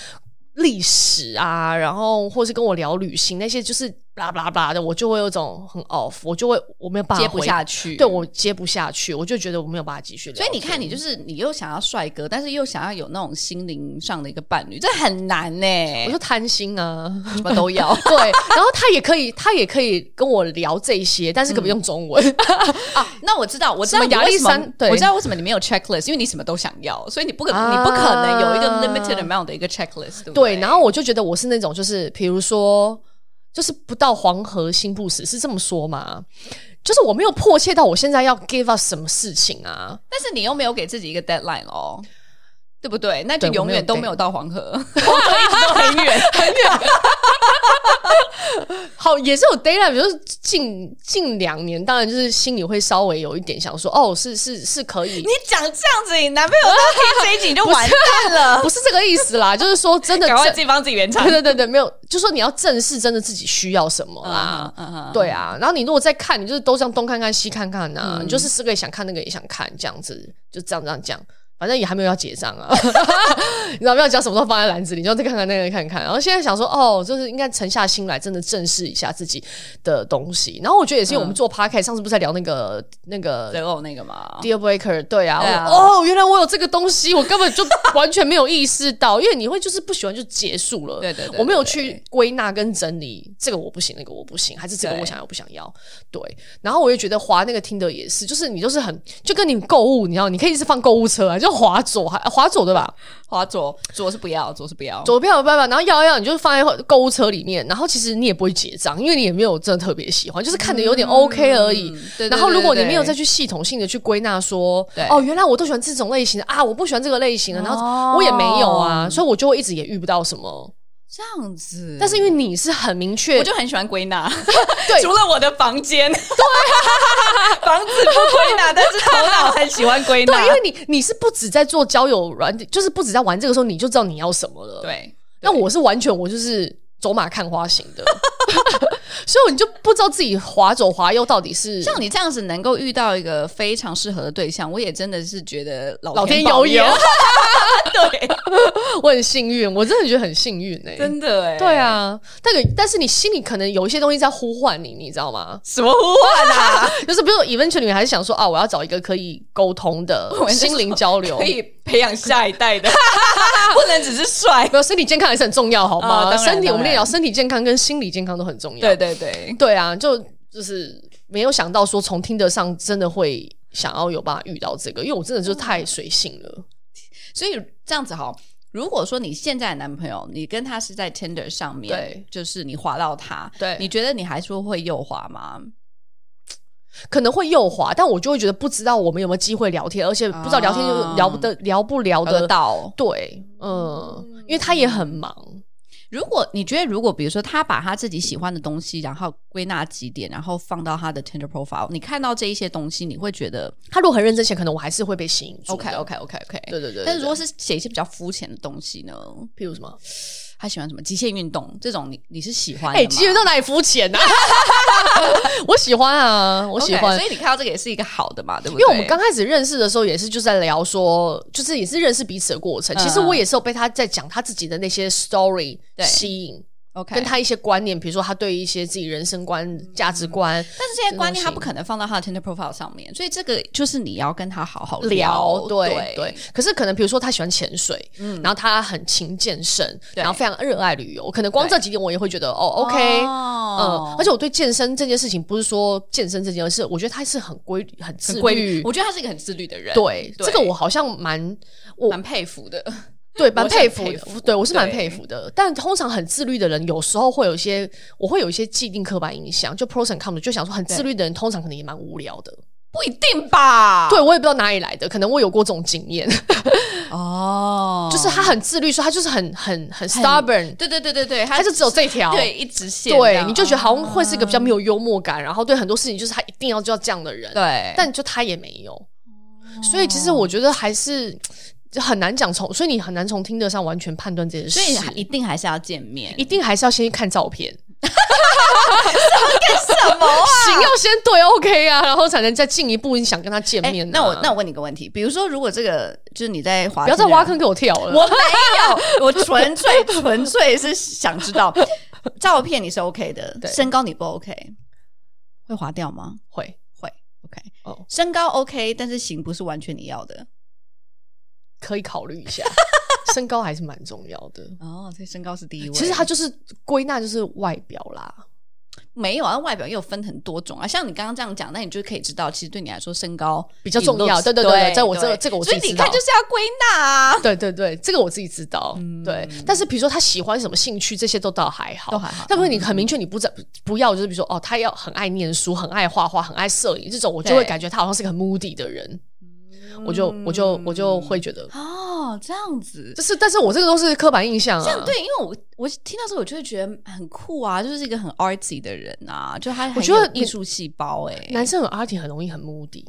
历史啊，然后或是跟我聊旅行那些，就是巴拉巴拉巴拉的，我就会有一种很 off，我就会我没有办法接不回下去，对我接不下去，我就觉得我没有办法继续聊所天。以你看，你就是你又想要帅哥，但是又想要有那种心灵上的一个伴侣，这很难呢、我就贪心啊， <laughs> 什么都 <laughs> 要对，然后他也可以，他也可以跟我聊这些，但是可不可以嗯用中文？ <laughs> 啊。那我知道，我知道什么你亚历为什么山对我知道为什么你没有 checklist，因为你什么都想要，所以你不可、啊你不可能有一个 limited amount 的一个 checklist，对不对，对？然后我就觉得我是那种，就是比如说，就是不到黄河心不死，是这么说吗？就是我没有迫切到我现在要 give up 什么事情啊，但是你又没有给自己一个 deadline 哦。对不对？那就对我永没有远都 deadline 没有到黄 <laughs> 河，<laughs> 黄河一直都很远。好，也是有 d a y l i g h t 就是近近两年，当然就是心里会稍微有一点想说，哦，是是是可以你，讲这样子，你男朋友都听这一集你就完蛋了。不是啊这个意思啦，就是说真的赶快正，自己帮自己圆场 <laughs> 对。对对对，没有，就说你要正视真的自己需要什么啦。啊啊！对啊，然后你如果在看，你就是都这样东看看西看看呐、嗯你就是这个也想看，那个也想看，这样子就这样这样讲，反正也还没有要结账啊， <laughs> 你知道没有？讲什么都放在篮子里，你就再看看那个看看。然后现在想说，哦，就是应该沉下心来，真的正视一下自己的东西。然后我觉得也是因为我嗯们做 podcast，、上次不是在聊那个那个择偶那个嘛， deal breaker，对啊，对啊我哦，原来我有这个东西，我根本就完全没有意识到，因为你会就是不喜欢就结束了，对对对我没有对去归纳跟整理，这个我不行，那个我不行，还是这个对我想要不想要？对，然后我也觉得滑那个听的也是，就是你就是很就跟你购物，你知道，你可以一直放购物车啊，就滑左还滑左对吧？滑左左是不要，左是不要。左边有办法，然后要要你就放在购物车里面，然后其实你也不会结账，因为你也没有真的特别喜欢，就是看的有点 OK 而已。嗯对对然后如果你没有再对去系统性的去归纳说对，哦，原来我都喜欢这种类型的啊，我不喜欢这个类型的，然哦后我也没有啊，所以我就会一直也遇不到什么。这样子，但是因为你是很明确我，就很喜欢归纳， <laughs> 对除了我的房间，对， <laughs> 房子不归纳，但是头脑很喜欢归纳对，因。为你你是不止在做交友软体，就是不止在玩这个时候，你就知道你要什么了。，对，那我是完全我就是走马看花型的， <laughs> 所以你就不知道自己滑左滑右到底是像你这样子能够遇到一个非常适合的对象，我也真的是觉得老老天有保眼， <laughs> 对，我很幸运，我真的觉得很幸运哎、 <laughs> 真的哎，对，啊，但个但是你心里可能有一些东西在呼唤你，你知道吗？ <laughs> 什么呼唤啊？就是比如说 eventually 你还是想说啊，我要找一个可以沟通的 <laughs> 我们是心灵交流可，以培养下一代的， <laughs> 不能只是帅。没有身体健康还是很重要，好啊吗？当然身体当然我们也聊身体健康跟心理健康都很重要。 <laughs> 对对对，对啊，就就是没有想到说从听得上真的会想要有办法遇到这个，因为我真的就太随性了。所以这样子哈，如果说你现在的男朋友，你跟他是在 Tinder 上面，对，就是你滑到他，对你觉得你还说会右滑吗？可能会右滑，但我就会觉得不知道我们有没有机会聊天，而且不知道聊天就聊不得、聊不聊啊滑得得到。到？嗯对，嗯，因为他也很忙，如果你觉得，如果比如说他把他自己喜欢的东西，然后归纳几点，然后放到他的 Tinder profile，你看到这一些东西，你会觉得他如果很认真写，可能我还是会被吸引住的。 OK OK OK OK。对对对对但是如果是写一些比较肤浅的东西呢？譬如什么？他喜欢什么极限运动这种你，你是喜欢的哎、吗？基本到哪里肤浅呐？啊 <laughs> 我喜欢啊，我喜 OK，欢。所以你看到这个也是一个好的嘛，对因不对？为我们刚开始认识的时候，也是就在聊说，就是也是认识彼此的过程。嗯其实我也是有被他在讲他自己的那些 story 对吸引， OK，跟他一些观念，比如说他对一些自己人生观、嗯价值观但是这些观念他这不东西可能放到他的 Tinder profile 上面，所以这个就是你要跟他好好聊，对对嗯对。可是可能比如说他喜欢潜水，然后他很勤健身，对然后非常热爱旅游，可能光对这几点我也会觉得哦，OK，哦嗯，而且我对健身这件事情，不是说健身这件事，我觉得它是很规律、很自很律。规律，我觉得他是一个很自律的人，对这个我好像蛮我蛮佩服的。对蛮我是很佩服佩的，服对我是蛮对佩服的。但通常很自律的人，有时候会有一些，我会有一些既定刻板印象，就 pros and cons，就想说很自律的人通常可能也蛮无聊的。不一定吧？对我也不知道哪里来的，可能我有过这种经验，哦，就是他很自律，所以他就是很很很 stubborn，对对对对对，他就只有这条。对一直线这对，样，你就觉得好像会是一个比较哦没有幽默感，然后对很多事情就是他一定要就要这样的人。对，哦但就他也没有，所以其实我觉得还是很难讲从，所以你很难从听得上完全判断这件事，所以还一定还是要见面一。定还是要先看照片，什么 <laughs> 啊？行要先对 OK 啊，然后才能再进一步你想跟他见哎面啊、那我那我问你个问题，比如说，如果这个就是你在滑，不要再挖坑给我跳了，我没有，我纯粹 <laughs> 纯粹是想知道，照片你是 OK 的，对身高你不 OK，会划掉吗？会会 OK，哦，身高 OK，但是型不是完全你要的可以考虑一 <laughs> 下，身高还是蛮重要的。哦，所以身高是第一位。其实它就是归纳就是外表啦，没有啊，外表也有分很多种啊，像你刚刚这样讲，那你就可以知道，其实对你来说身高比较重要 looks- 对对对对，在我这这个我自所己以你知道看就是要归纳啊，对对对，这个我自己知道。对，但是比如说他喜欢什么兴趣，这些都倒还好，都还好嗯但如果你很明确你不在不要，就是比如说哦，他要很爱念书，很爱画画，很爱摄影这种，我就会对嗯感觉他好像是个很 moody 的人。我就我就我就会觉得，哦，这样子就。是，但是我这个都是刻板印象啊。这样对，因为我我听到这个，我就会觉得很酷啊，就是一个很 artsy 的人啊，就他很我觉得有艺术细胞哎、男生很 arty 很容易很 moody，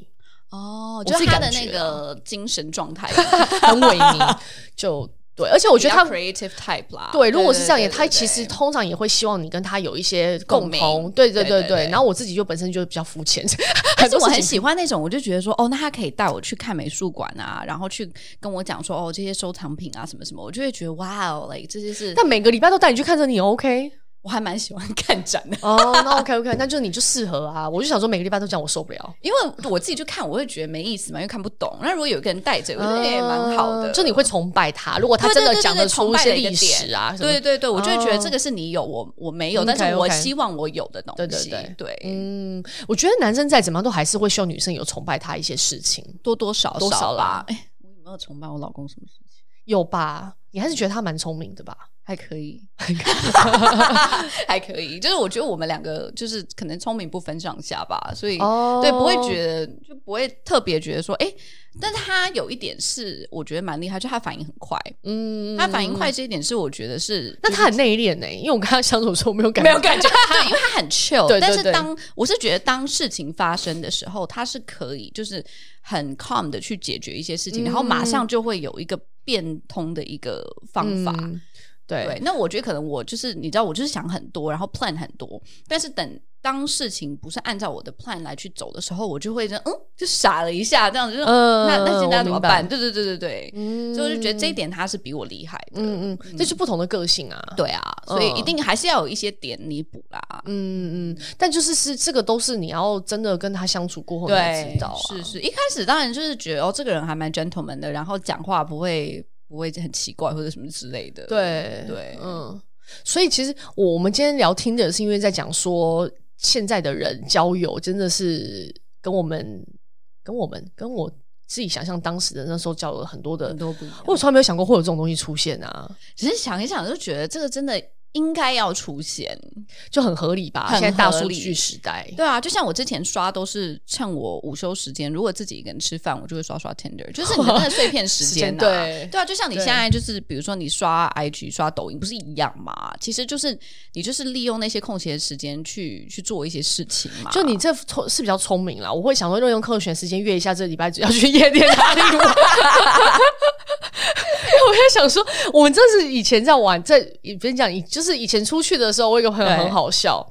哦，我就自己他感的那觉啊个精神 <laughs> 状态，很萎靡，就对。而且我我觉得他 creative type 啦。对，如果是这样，也啊对他对其实对通常也会希望你跟他有一些共共鸣同，对对对对对对。对然后我自己就本身就比较肤浅，但很是多我事很情喜欢那种，我就觉得说，哦，那他可以带我去看美术馆啊，然后去跟我讲说，哦，这些收藏品啊，什么什么，我就会觉得哇哦，like 这些是，但每个礼拜都带你去看着你，OK？我还蛮喜欢看 <laughs> 展的，哦、那 OK OK，那就你就适合啊。我就想说，每个礼拜都这样，我受不了。因为我自己去看，我会觉得没意思嘛，因为看不懂。那如果有一个人带着，我觉得也蛮好的，啊就你会崇拜他。如果他对真对的对讲对得对崇出一拜些的一个历史啊点什么的，对对对，我就会觉得哦这个是你有，我我没有， OK，但是我 OK 希望我有的东对对西，对对，嗯，我觉得男生再怎么样都还是会希望女生有崇拜他一些事情，多多少多少少吧啦。哎，我有没有崇拜我老公什么事情？有吧？你还是觉得他蛮聪明的吧？还可以， <laughs> 还可以，就是我觉得我们两个就是可能聪明不分上下吧，所以、哦对不会觉得就不会特别觉得说，哎、但他有一点是我觉得蛮厉害，就他反应很快，嗯，他反应快这一点是我觉得是，那就是他很内敛呢，因为我跟他相处的时候没有感没有感觉， <laughs> 对，因为他很 chill， <laughs> 对对但是对当我是觉得当事情发生的时候，他是可以就是很 calm 的去解决一些事嗯情，然后马上就会有一个变通的一个方法。嗯对对，那我觉得可能我就是你知道，我就是想很多，然后 plan 很多，但是等当事情不是按照我的 plan 来去走的时候，我就会这样嗯，就傻了一下，这样子就、嗯那那现在怎么我办？明对对对对对，所以我就觉得这一点他是比我厉害的，嗯嗯，这是不同的个性啊。对啊，所以嗯一定还是要有一些点弥补啦，嗯嗯，但就是是这个都是你要真的跟他相处过后你才对，知道啊。是是，一开始当然就是觉得哦，这个人还蛮 gentleman 的，然后讲话不会不会很奇怪或者什么之类的，对对，嗯，所以其实我我们今天聊听的是因为在讲说现在的人交友真的是跟我们跟我们跟我自己想象当时的那时候交友很多的很，多不一样。我从来没有想过会有这种东西出现啊。只是想一想，就觉得这个真的应该要出现。就很合理吧？很现在大合数理据时代，对啊，就像我之前刷都是趁我午休时间，如果自己一个人吃饭，我就会刷刷 Tinder，就是你的那个碎片时 <laughs> 间、啊、时间对对啊，就像你对现在就是比如说你刷 IG、刷抖音，不是一样嘛？其实就是你就是利用那些空闲时间去去做一些事情嘛。就你这聪是比较聪明啦，我会想说利用课选时间约一下这礼拜要去夜店哪里玩。因 <laughs> 为我在想说，我们这是以前在玩，在也别讲，就是以前出去的时候，我有一个朋友对很好笑。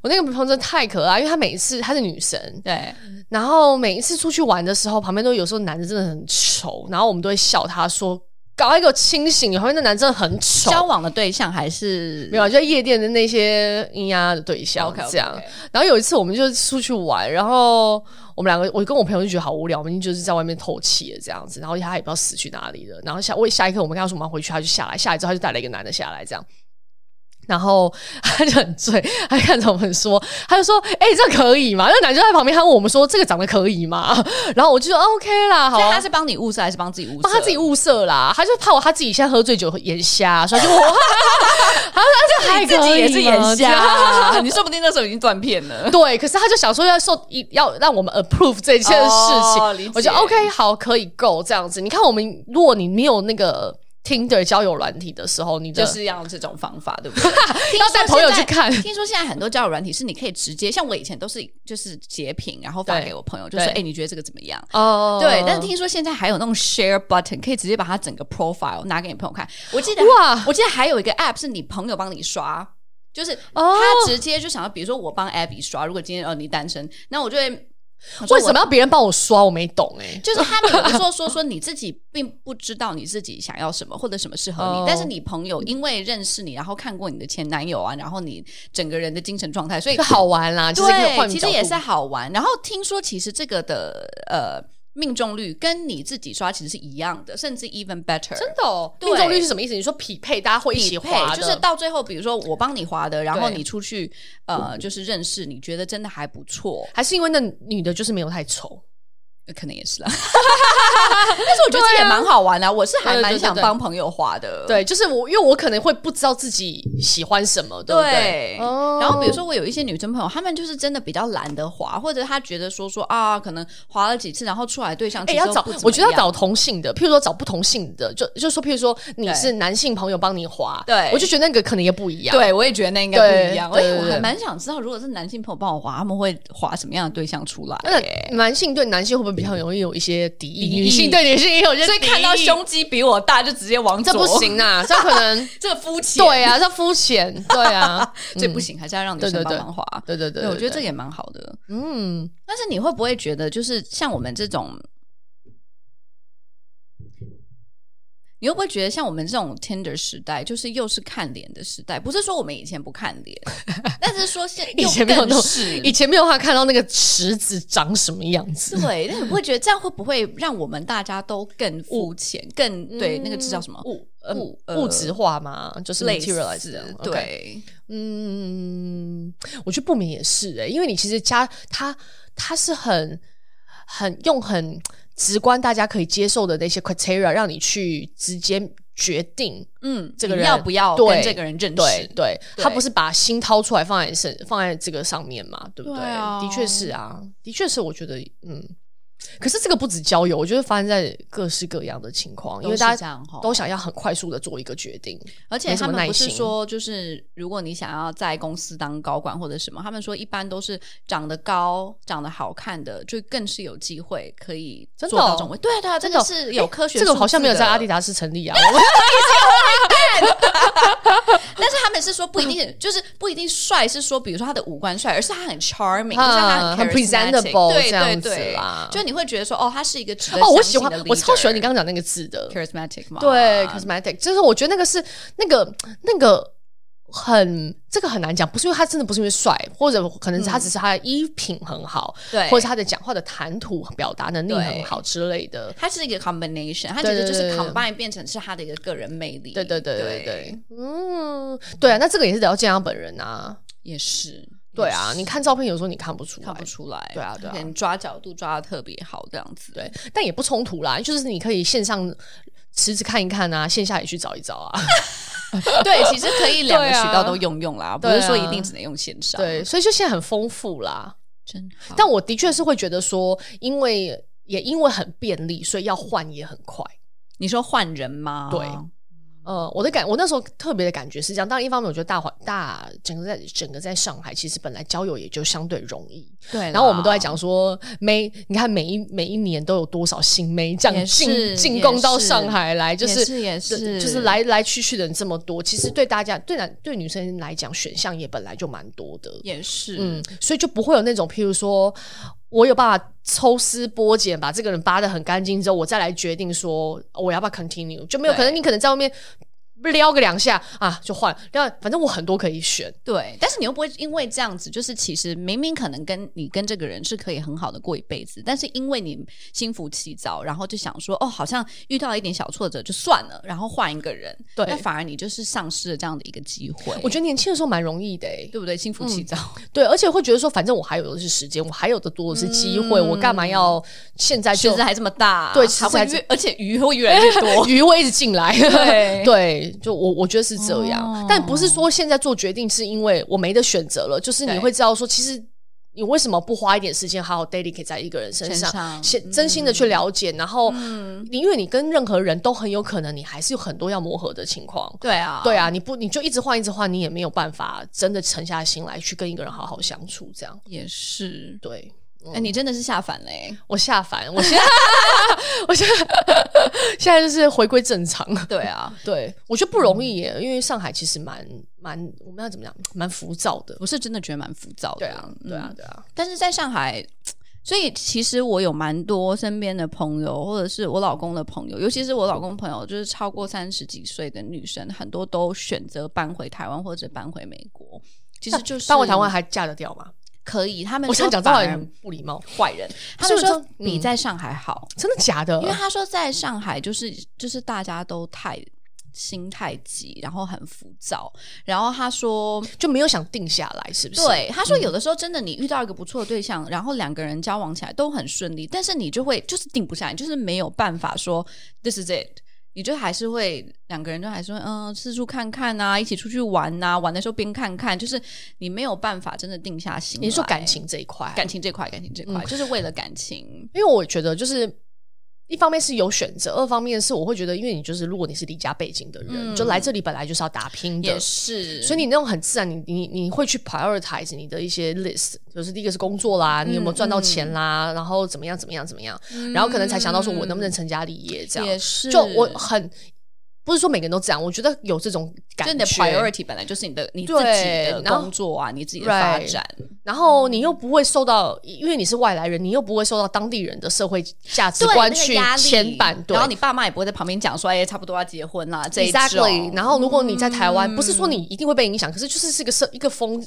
我那个朋友真的太可爱，因为她每一次她是女神，对然后每一次出去玩的时候，旁边都有时候男的真的很丑，然后我们都会笑她说：“搞一个清醒，旁边那男真的很丑。”交往的对象还是没有啊，就在夜店的那些阴压的对象 OK，OK，OK 这样。然后有一次我们就出去玩，然后我们两个，我跟我朋友就觉得好无聊，我们就是在外面透气了这样子。然后他也不知道死去哪里了。然后下我下一刻我们跟他说我们要回去，他就下来，下来之后他就带了一个男的下来这样。然后他就很醉，他就看着我们说，他就说：“哎、这可以吗？”那男就在旁边，他问我们说：“这个长得可以吗？” <laughs> 然后我就说：“OK 啦，好所以啊、他是帮你物色还是帮自己物色？帮他自己物色啦，他就怕我他自己现在喝醉酒眼瞎，所以他就问 <laughs> 我，他你说这自还可己以也是眼吗瞎这样啊， <laughs> 你说不定那时候已经断片 <laughs> 了。对，可是他就想说要受一要让我们 approve 这件事情，哦理解我就 OK 好可以 go 这样子。你看我们，如果你没有那个 Tinder 交友软体的时候，你的、就是要用这种方法，对不 <laughs> 对？要带朋友去看听说现在很多交友软体是你可以直接，像我以前都是就是截屏，然后发对给我朋友，就说：“哎、对你觉得这个怎么样？”哦对，但是听说现在还有那种 share button，可以直接把它整个 profile 拿给你朋友看。我记得哇我记得还有一个 app 是你朋友帮你刷，就是哦他直接就想要，比如说我帮 Abby 刷，如果今天呃你单身，那我就会为什么？我要别人帮我刷？我没懂哎、就是他们有的时候说说你自己并不知道你自己想要什么或者什么适合你哦但是你朋友因为认识你，然后看过你的前男友啊，然后你整个人的精神状 <laughs> 态，所以就好玩啦，其实可以对，换其角实度也是好玩。然后听说其实这个的呃命中率跟你自己刷其实是一样的，甚至 even better。真的、哦。对命中率是什么意思？你说匹配，大家会一起匹配滑的，就是到最后，比如说我帮你划的，然后对你出去呃，就是认识，你觉得真的还不错，还是因为那女的就是没有太丑。呃可能也 <laughs> 是啦。但是我觉得这也蛮好玩的、啊我是还对对蛮对想对帮朋友划的。对，就是我，因为我可能会不知道自己喜欢什么，对不对，哦然后比如说我有一些女生朋友，她们就是真的比较懒得滑，或者她觉得说说啊，可能滑了几次，然后出来对象其哎、实要都找不怎，么我觉得要样找同性的，譬如说找不同性的，就就说譬如说你对是男性朋友帮你划，对我就觉得那个可能也不一样。，对，我也觉得那应该不一样。而对哎且我对对还蛮想知道，如果是男性朋友帮我划，他们会划什么样的对象出来、欸？那男性对男性会不会比较容易有一些敌意？敌意女性对女性也有一些，所以看到，胸肌比我大就直接往这左，不，行啊，这可能 <laughs> 这肤浅，对啊，这肤浅，对 <laughs> 啊，这不行，还是要让女对生对帮对忙划。对对对对，我觉得这个，个也蛮好的。嗯，但是你会不会觉得，就是像我们这种，你会不会觉得像我们这种 Tinder 时代，就是又是看脸的时代？不是说我们以前不看 <laughs> 脸，但是说现以前没有又那更种是，以前没有办法看到那个池子长什么样子，对，那你会觉得这样会不会让我们大家都更 <laughs> 肤浅，更对那个字叫什么？物呃物呃物质化嘛，嗯就是类 materialize 似 OK 对，嗯，我觉得不免也是哎、因为你其实加他他是很很用很直观大家可以接受的那些 criteria 让你去直接决定，嗯，这个你人要不要对跟这个人认对识？对，对他不是把心掏出来放在身放在这个上面嘛，对不对？对啊的确是啊，的确是，我觉得嗯，可是这个不止交友，我觉得发生在各式各样的情况，因为大都是这家样齁都想要很快速的做一个决定，而且没什他么们不耐是心说，就是如果你想要在公司当高管或者什么，他们说一般都是长得高、长得好看的，就更是有机会可以真的做到这哦种位。对啊对啊，这真个的是有科学，这个好像没有在阿迪。达斯成立啊，我们但是他们是说不一定，就是不一定帅，是说比如说他的五官帅，而是他很 charming，、啊就是他很 charismatic， presentable，对这样对子对啦就你会觉得说哦，他是一个值得哦，我相喜信欢的，我超喜欢你 leader 刚刚讲那个字的， charismatic 嘛，对，cosmetic，就是我觉得那个是那个那个很这个很难讲，不是因为他真的不是因为帅，或者可能是他只是他的衣品很好，嗯对，或者是他的讲话的谈吐表达能力很好之类的。它是一个 combination，它其实就对是对对 combine 变成是他的一个个人魅力。对对对对对对，嗯，对啊，那这个也是得要见他本人啊。也是。对啊，你看照片有时候你看不出看来不，出来，对啊对啊可能抓角度抓的特别好，这样子。对，但也不冲突啦，就是你可以线上池子看一看啊，线下也去找一找啊。对，其实 <laughs> 可以两个渠道对啊都用用啦，不对啊是说一定只能用线上。对，，所以就现在很丰富啦。真好。但我的确是会觉得说，因为也因为很便利，所以要换也很快。你说换人吗？对呃，我的感，我那时候特别的感觉是这样。当然，一方面我觉得大环大整个在整个在上海，其实本来交友也就相对容易。对啦。然后我们都在讲说，每你看每一每一年都有多少新妹这也样进是进贡到也是上海来，就也是也就是就是来来去去的人这么多，其实对大家对男对女生来讲，选项也本来就蛮多的。也是，嗯，所以就不会有那种，譬如说我有办法抽丝剥茧，把这个人扒得很干净之后，我再来决定说哦我要不要 continue，就没有对可能。你可能在外面撩个两下啊，就换，然后反正我很多可以选。对。但是你又不会因为这样子，就是其实明明可能跟你跟这个人是可以很好的过一辈子，但是因为你心浮气躁，然后就想说，哦，好像遇到一点小挫折就算了，然后换一个人，对那反而你就是丧失了这样的一个机会。我觉得年轻的时候蛮容易的、欸，对不对？心浮气躁，对，而且会觉得说，反正我还有的是时间，我还有的多的是机会，我干嘛要现在池就子还这么大，对还池子还会这。越，而且鱼会越来越多鱼会一直进来？哦对 <laughs> 对，就我我觉得是这样，哦但不是说现在做决定是因为我没得选择了，就是你对会知道说，其实你为什么不花一点时间好好 dedicate 在一个人身身上，上嗯先真心的去了解，然后你因为你跟任何人都很有可能，你还是有很多要磨合的情况。 <laughs> <laughs> 对啊，对啊，你不你就一直换一直换，你也没有办法真的沉下心来去跟一个人好好相处，这样也是。对。哎、你真的是下凡嘞、 <laughs> 我下凡，我现在 <laughs> 我现在 <laughs> 现在就是回归正常。对嗯啊，对，我觉得不容易耶，因为上海其实蛮蛮，我们要怎么讲，蛮浮躁的。我是真的觉得蛮浮躁的。对啊，对啊嗯，对啊，但是在上海，所以其实我有蛮多身边的朋友，或者是我老公的朋友，尤其是我老公朋友，就是超过三十几岁的女生，很多都选择搬回台湾或者搬回美国。其实就是但我台湾还嫁得掉吗？可以，他们我说想讲这话反而很不礼貌，坏人，他是们不是说说嗯比在上海好。真的假的因？为他说在上海就是就是大家都太心太急，然后很浮躁，然后他说。就没有想定下来，是不是？对，他说有的时候真的，你遇到一个不错的对象，然后两个人交往起来都很顺利，但是你就会就是定不下来，就是没有办法说 this is it，你就还是会两个人就还是会嗯四处看看啊，一起出去玩呐、玩的时候边看看，就是你没有办法真的定下心。你是说感？情嗯这一块，感情这块，感情这块，就是为了感情。因为我觉得就是。一方面是有选择，二方面是我会觉得，因为你就是如果你是离家背景的人，就来这里本来就是要打拼的嗯也，是，所以你那种很自然，你你你会去 prioritize 你的一些 list，就是第一个是工作啦，你有没有赚到钱嗯啦，然后怎么样怎么样怎么样，然后可能才想到说我能不能成家立业这也样。是，就我很不是说每个人都这样，我觉得有这种感就你觉。的 priority 本来就是你的你自己对的然后工作啊，你自己的发 Right 展，然后你又不会受到，因为你是外来人，你又不会受到当地人的社会价值观去牵绊。对然后你爸妈也不会在旁边讲说，哎，差不多要结婚啦，这一种。嗯 exactly。然后如果你在台湾，不是说你一定会被影响，可是就是是一个社一个风。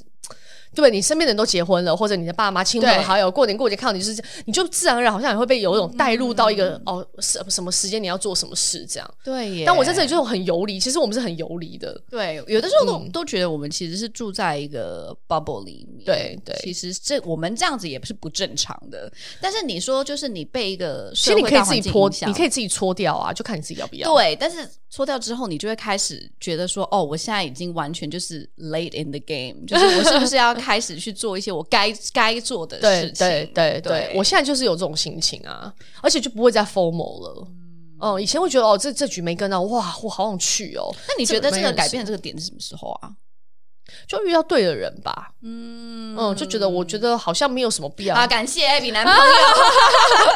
对你身边的人都结婚了，或者你的爸妈、亲朋对嗯好友过年过节看到你，就是你就自然而然好像也会被有一种带入到一个、哦什什么时间你要做什么事这样。对耶，但我在这里就是很游离，其实我们是很游离的，对，有的时候嗯都、都觉得我们其实是住在一个 bubble 里面。对对其实这我们这样子也不是不正常的。但是你说，就是你被一个其社实会你可以大自环己境搓影，响，你可以自己搓掉啊，就看你自己要不要。对，但是搓掉之后，你就会开始觉得说，哦，我现在已经完全就是 late in the game，就是我是不是要开始去做一些我该该做的对事情？对对对对我现在就是有这种心情啊，而且就不会再 formal 了。嗯，以前会觉得哦，这这局没跟到，哇，我好想去哦，那你觉得这这没个有改变的这个点是什么时候啊？就遇到对的人吧。嗯嗯，就觉得我觉得好像没有什么必要。啊，感谢 Abby 男朋友， <laughs> <laughs>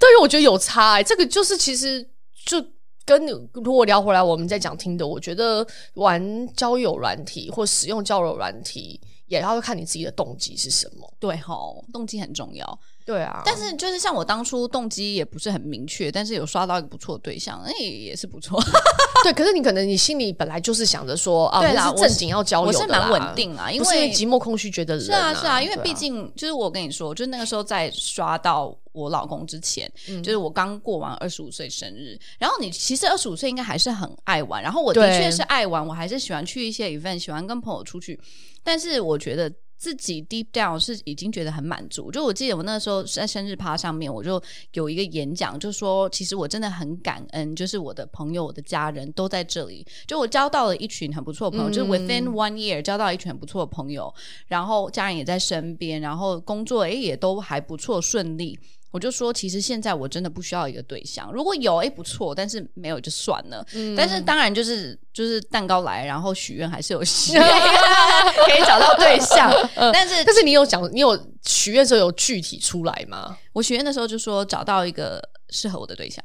对于我觉得有差、欸，这个就是其实就跟你如果聊回来，我们再讲听的，我觉得玩交友软体或使用交友软体，也要看你自己的动机是什么。对吼，动机很重要。对啊，但是就是像我当初动机也不是很明确，但是有刷到一个不错的对象，哎、也是不错。 <laughs> 对，可是你可能你心里本来就是想着说啊，对啦我是正经要交友我的啦是蛮稳，定啊，因不是因为为寂寞空虚觉得冷、是啊，是啊，因为对毕竟就是我跟你说，就是那个时候在刷到我老公之前，就是我刚过完二十五岁生日，然后你其实二十五岁应该还是很爱玩，然后我的对确是爱玩，我还是喜欢去一些 event，喜欢跟朋友出去，但是我觉得自己 deep down 是已经觉得很满足。就我记得我那时候在生日趴上面，我就有一个演讲，就说其实我真的很感恩，就是我的朋友、我的家人都在这里。就我交到了一群很不错的朋友，就是 within one year 交到一群很不错的朋友，然后家人也在身边，然后工作诶也都还不错顺利。我就说，其实现在我真的不需要一个对象，如果有诶不错，但是没有就算了。但是当然就是就是蛋糕来，然后许愿还是有希望 <laughs> 可以找到对 <laughs> 象，但是但是你有讲，你有许愿的时候有具体出来吗？我许愿的时候就说找到一个适合我的对象，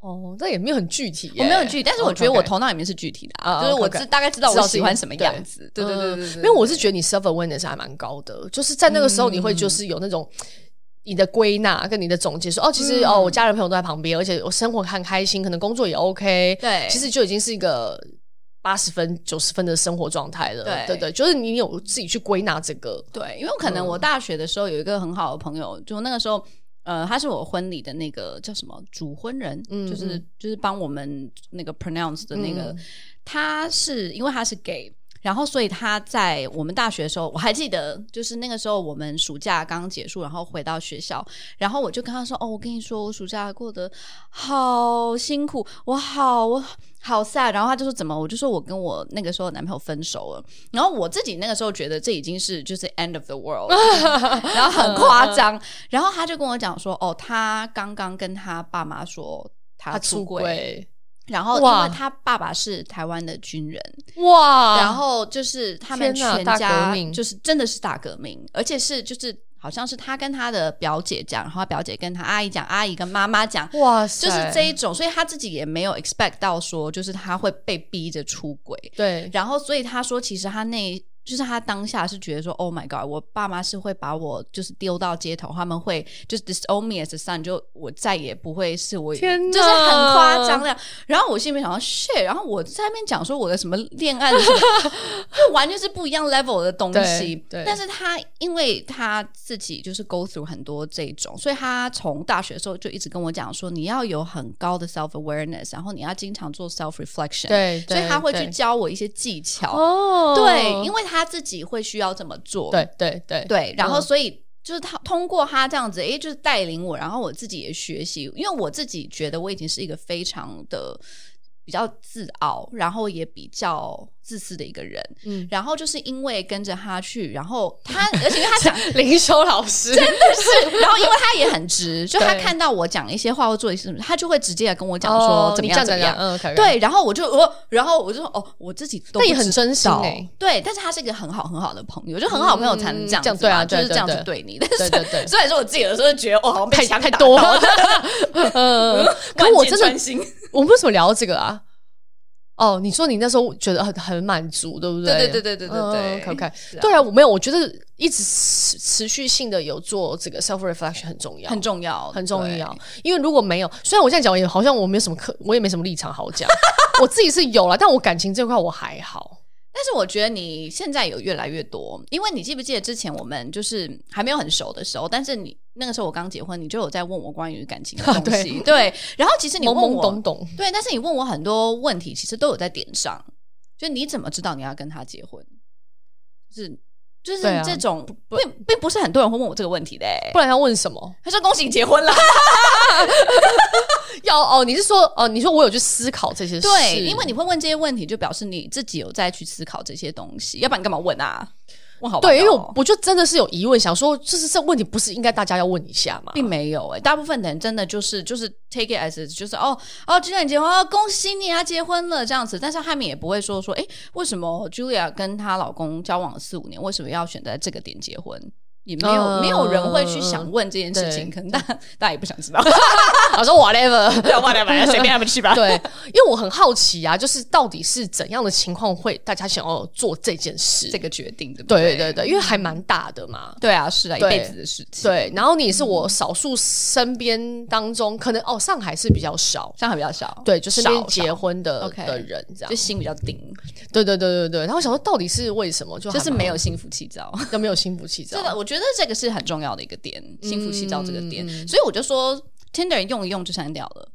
哦，但也没有很具体耶、哦我没有具体，但是我觉得我 OK，OK 头脑里面是具体的哦啊，就是我 OK，OK 知大概知道知道我自己喜欢什么样子。嗯对对对对对，嗯因为嗯我是觉得你 self awareness 还蛮高的，就是在那个时候你会就是有那种。你的归纳跟你的总结说，哦，其实、嗯哦，我家人朋友都在旁边，而且我生活很开心，可能工作也 OK，对其实就已经是一个八十分、九十分的生活状态了，对对对，就是你有自己去归纳这个，对，因为可能我嗯大学的时候有一个很好的朋友，就那个时候，呃，他是我婚礼的那个叫什么主婚人，嗯就是就是帮我们那个 pronounce 的那个，嗯他是因为他是 gay。然后，所以他在我们大学的时候，我还记得，就是那个时候我们暑假刚结束，然后回到学校，然后我就跟他说：“哦，我跟你说，我暑假过得好辛苦，我好我好 sad。”然后他就说：“怎么？”我就说：“我跟我那个时候的男朋友分手了。”然后我自己那个时候觉得这已经是就是 end of the world，然后很夸张。然后他就跟我讲说：“哦，他刚刚跟他爸妈说他他出出轨，轨，然后因哇为他爸爸是台湾的军人，哇，然后就是他们天哪全大革家命就是真的是大革命，而且是就是好像是他跟他的表姐讲，然后他表姐跟他阿姨讲，阿姨跟妈妈讲。哇塞，就是这一种，所以他自己也没有 expect 到说，就是他会被逼着出轨。对，然后，所以他说，其实他那就是他当下是觉得说，Oh my God，我爸妈是会把我就是丢到街头，他们会就是 disown me as a son，就我再也不会是我，天哪就是很夸张的。然后我心里面想到 shit，然后我在那边讲说我的什么恋爱的什 <laughs> 么，就完全是不一样 level 的东西。对对但是他因为他自己就是 go through 很多这种，所以他从大学的时候就一直跟我讲说，你要有很高的 self awareness，然后你要经常做 self reflection。对，所以对他会去对教我一些技巧。哦，对，因为他自己会需要这么做。对对对对，然后嗯所以。就是他通过他这样子，诶，就是带领我，然后我自己也学习，因为我自己觉得我已经是一个非常的比较自傲，然后也比较自私的一个人。嗯然后就是因为跟着他去，然后 <laughs> 他，而且因为他讲灵修老师，是，然后因为他也很直，就他对看到我讲一些话或做一些什么，他就会直接来跟我讲说怎么哦样你这怎么样。嗯，OK，OK，对，然后我就我，然后我就说哦，我自己那都不也很知真心道欸对，但是他是一个很好很好的朋友，就很好朋友才能这嗯样子这样对啊嘛就对是这样对子对对你。但对是对对虽然说我自己有时候觉得哦，好像被太枪太打多到了， <laughs> 嗯，可万我箭真的穿心我们为什么聊到这个啊？哦，你说你那时候觉得很很满足，对不对？对对对对对对对可不可以？啊对啊，我没有，我觉得一直持持续性的有做这个 self reflection 很重要，很重要，很重对要。因为如果没有，虽然我现在讲也好像我没有什么可，我也没什么立场好讲， <laughs> 我自己是有了，但我感情这块我还好。但是我觉得你现在有越来越多，因为你记不记得之前我们就是还没有很熟的时候，但是你那个时候我刚结婚，你就有在问我关于感情的东对西，对。然后其实你懵问懵我，懂懂，对，但是你问我很多问题，其实都有在点上，就你怎么知道你要跟他结婚？就是就是对啊这种，并并不是很多人会问我这个问题的、欸不。然要问什么？他说恭喜你结 <laughs> 婚了，要哦，你是说哦，你说我有去思考这些事，对，因为你会问这些问题，就表示你自己有在去思考这些东西，要不然你干嘛问啊？问好吧，哦对，因为我我就真的是有疑问，想说就是这问题不是应该大家要问一下吗？并没有哎、大部分的人真的就是就是 take it as is，就是哦哦，今天你结婚，哦恭喜你啊，结婚了这样子。但是他们也不会说说，哎，为什么 Julia 跟她老公交往了四五年，为什么要选在这个点结婚？也没有、嗯没有人会去想问这件事对情，可能大大家也不想知道，我说 whatever，要忘了吧，随便他们去 <laughs> 吧。对，因为我很好奇啊，就是到底是怎样的情况会大家想要做这件事？这个决定，对不对对对对，因为还蛮大的嘛。对啊，是啊，一对辈子的事情。，对，然后你是我少数身边当中，可能哦，上海是比较少，上海比较少，对，就是那少边结婚的少 OK 的人这样就。心比较定，对对对对对，然后我想说到底是为什么，就就是还蛮没有心浮气躁。都没有心浮气躁这。个我觉得这个是很重要的一个点，嗯心浮气躁这个点，所以我就说 Tinder 用一用就删掉了。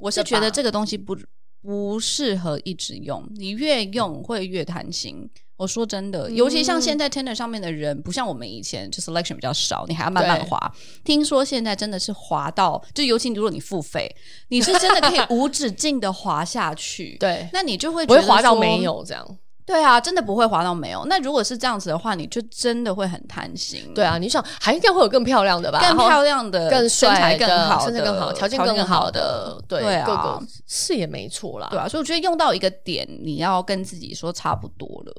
我是对吧觉得这个东西不不适合一直用，你越用会越贪心。我说真嗯的，尤其像现在 Tinder 上面的人，不像我们以前就 selection 比较少，你还要慢慢对滑。听说现在真的是滑到，就尤其如果你付费，你是真的可以无止境的滑下 <laughs> 去。，对，那你就会不会滑到觉得说没。有这样。对啊，真的不会滑到没有。那如果是这样子的话，你就真的会很贪心。对啊，你想还应该会有更漂亮的吧？更然后漂亮的、更身材帅更的、好的、身材更好、条件更更好的，对对啊各个是也没错啦。对啊，所以我觉得用到一个点，你要跟自己说差不多了。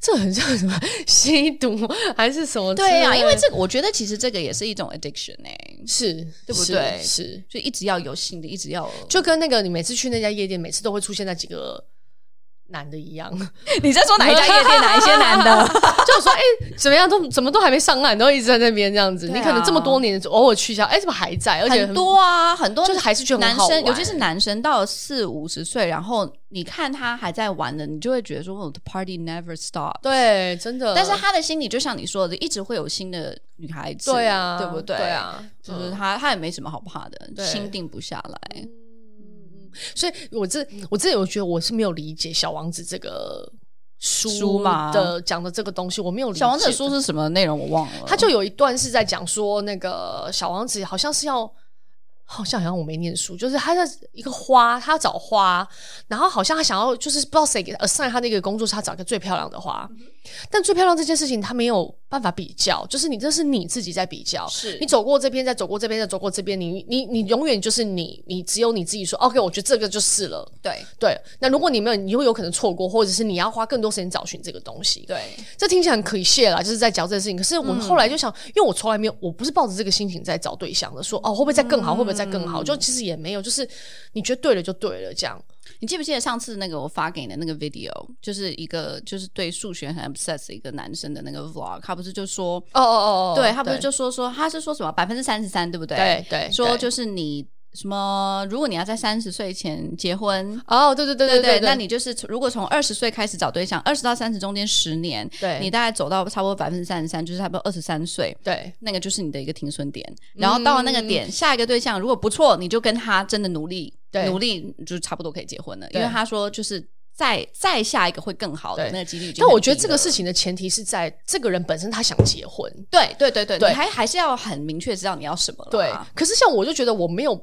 这很像什么吸毒还是什么之类的？对啊，因为这个，我觉得其实这个也是一种 addiction 哎、是对不是对是，就一直要有新的，一直 <laughs> 要就跟那个你每次去那家夜店，每次都会出现那几个男的一样，你在 <laughs> 说哪一家夜店，哪一些男 <laughs> 的？ <laughs> 就说哎、怎么样都怎么都还没上岸，然后一直在那边这样子。对啊你可能这么多年偶尔去一下，哎、怎么还在？而且很多啊，很多就是还是觉得很男好生，玩尤其是男生到了四五十岁，然后你看他还在玩的，你就会觉得说我的 party never stop。对，真的。但是他的心里就像你说的，一直会有新的女孩子，对啊，对不对？对啊，就是他，他也没什么好怕的，对心定不下嗯来。所以我这嗯我这我觉得我是没有理解《小王子》这个书书吗的讲的这个东西，我没有理解。小王子的书是什么内容我忘了，他就有一段是在讲说，那个小王子好像是要，好像好像我没念书，就是他在一个花，他要找花，然后好像他想要就是不知道谁给他 assign 他那个工作，是他找一个最漂亮的花，但最漂亮这件事情他没有办法比较，就是你这是你自己在比较，是你走过这边，再走过这边，再走过这边，你你你永远就是你，你只有你自己说哦 OK，我觉得这个就是了。对对，那如果你没有，你又有可能错过，或者是你要花更多时间找寻这个东西。对，这听起来很可惜啦，就是在讲这件事情。可是我后来就想，因为我从来没有，我不是抱着这个心情在找对象的，说哦会不会再更好，会不会再更嗯好？就其实也没有，就是你觉得对了就对了，这样。你记不记得上次那个我发给你的那个 video，就是一个就是对数学很 obsessed 的一个男生的那个 vlog，他不是就说，哦哦哦对他不是就说说他是说什么百分之三十三，对不对？对对说对就是你什么，如果你要在三十岁前结婚。哦对对对对对，那你就是从如果从二十岁开始找对象，二十到三十中间十年，对你大概走到差不多百分之三十三，就是差不多二十三岁，对那个就是你的一个停损点。然后到了那个点，下一个对象如果不错，你就跟他真的努力，对努力就差不多可以结婚了。因对为他说就是再再下一个会更好的对那个几率已经很低了。但我觉得这个事情的前提是在这个人本身他想结婚，对对对对，对你还还是要很明确知道你要什么了对啊。。可是像我就觉得我没有，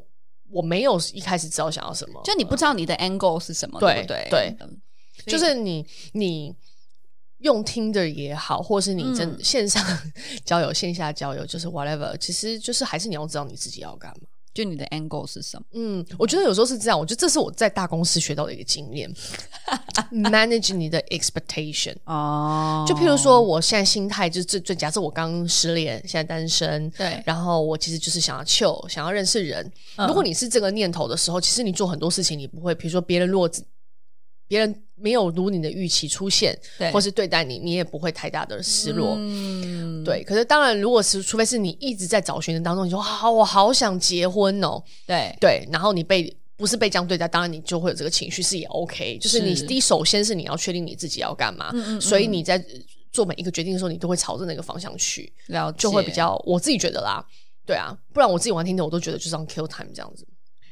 我没有一开始知道想要什么，就你不知道你的 angle 是什么，对不对？对嗯，所以就是你你用听的也好，或是你真线上交友、线下交友，就是 whatever，其实就是还是你要知道你自己要干嘛。就你的 angle 是什么？嗯，我觉得有时候是这样，我觉得这是我在大公司学到的一个经验 <laughs> ，manage 你的 expectation。哦就譬如说，我现在心态就是最最，假设我刚失恋，现在单身，对嗯然后我其实就是想要 chill，想要认识人。如果你是这个念头的时候，其实你做很多事情，你不会，比如说别人如果只别人没有如你的预期出现对，或是对待你，你也不会太大的失落。嗯，对，可是当然，如果是除非是你一直在找寻的当中，你说好，我好想结婚哦，对对，然后你被不是被这样对待，当然你就会有这个情绪，是也 OK。就是你是嗯第一，首先是你要确定你自己要干嘛，所以你在呃做每一个决定的时候，你都会朝着那个方向去，了解就会比较我自己觉得啦，对啊，不然我自己玩听的，我都觉得就是让 kill time 这样子。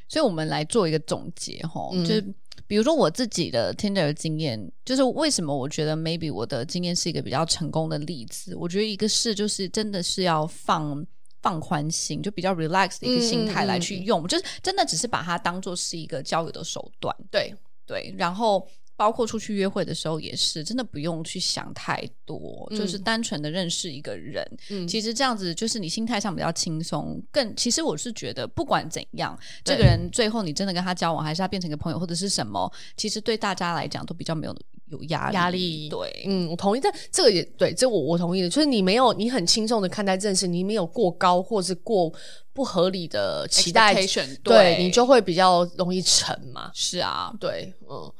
所以我们来做一个总结哈，嗯就是比如说我自己的 Tinder 经验，就是为什么我觉得 maybe 我的经验是一个比较成功的例子。我觉得一个是就是真的是要放。放宽心，就比较 relax 的一个心嗯态嗯嗯来去用，就是真的只是把它当做是一个交友的手段，对，对。然后包括出去约会的时候也是，真的不用去想太多，嗯就是单纯的认识一个人，嗯，其实这样子就是你心态上比较轻松，更其实我是觉得不管怎样，这对个人最后你真的跟他交往，还是他变成一个朋友或者是什么，其实对大家来讲都比较没有有压力。压力对，嗯，我同意，但这个也对，这我我同意的，就是你没有，你很轻松的看待这件事，你没有过高或是过不合理的期待， Expectation，对对你就会比较容易沉嘛。是啊。对，嗯，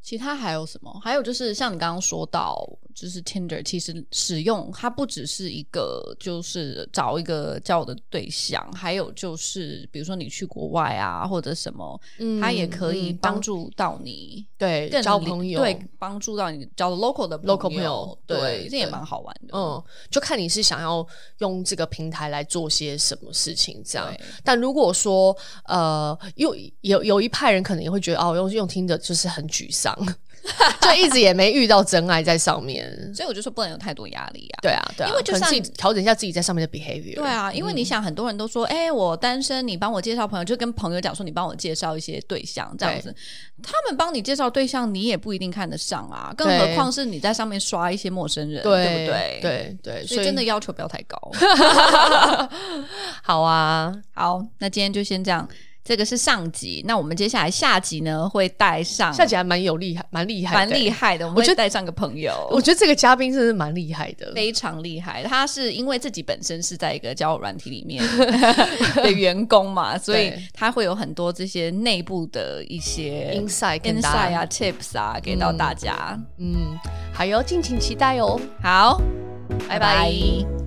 其他还有什么？还有就是像你刚刚说到，就是 Tinder 其实使用它不只是一个就是找一个交友的对象，还有就是比如说你去国外啊或者什么，它也可以嗯帮当助到你。对，更交理朋友，对，帮助到你交 local 的 local 朋朋友对，对这也对蛮好玩的。嗯，就看你是想要用这个平台来做些什么事情，这样对。但如果说呃，有有有一派人可能也会觉得哦，用用听的就是很沮丧上，就一直也没遇到真爱在上面。所以我就说不能有太多压力啊。对啊，对啊，因为就可能像自己调整一下自己在上面的 behavior。对啊，因为你想，很多人都说，哎、我单身，你帮我介绍朋友，就跟朋友讲说，你帮我介绍一些对象这样子。他们帮你介绍对象，你也不一定看得上啊，更何对况是你在上面刷一些陌生人，对不对？，对对，所以真的要求不要太 <laughs> 高。好啊，好，那今天就先这样。这个是上集，那我们接下来下集呢会带上下集还蛮有厉害，蛮厉害，蛮厉。害的，我我们觉得会带上个朋友，我觉得这个嘉宾真是蛮厉害的，非常厉害。他是因为自己本身是在一个交友软体里 <laughs> 面的员工嘛，所以对他会有很多这些内部的一些 inside 跟大 insight 家，啊、tips 啊，给嗯到大家。嗯，还有敬请期待哦。好，拜拜拜拜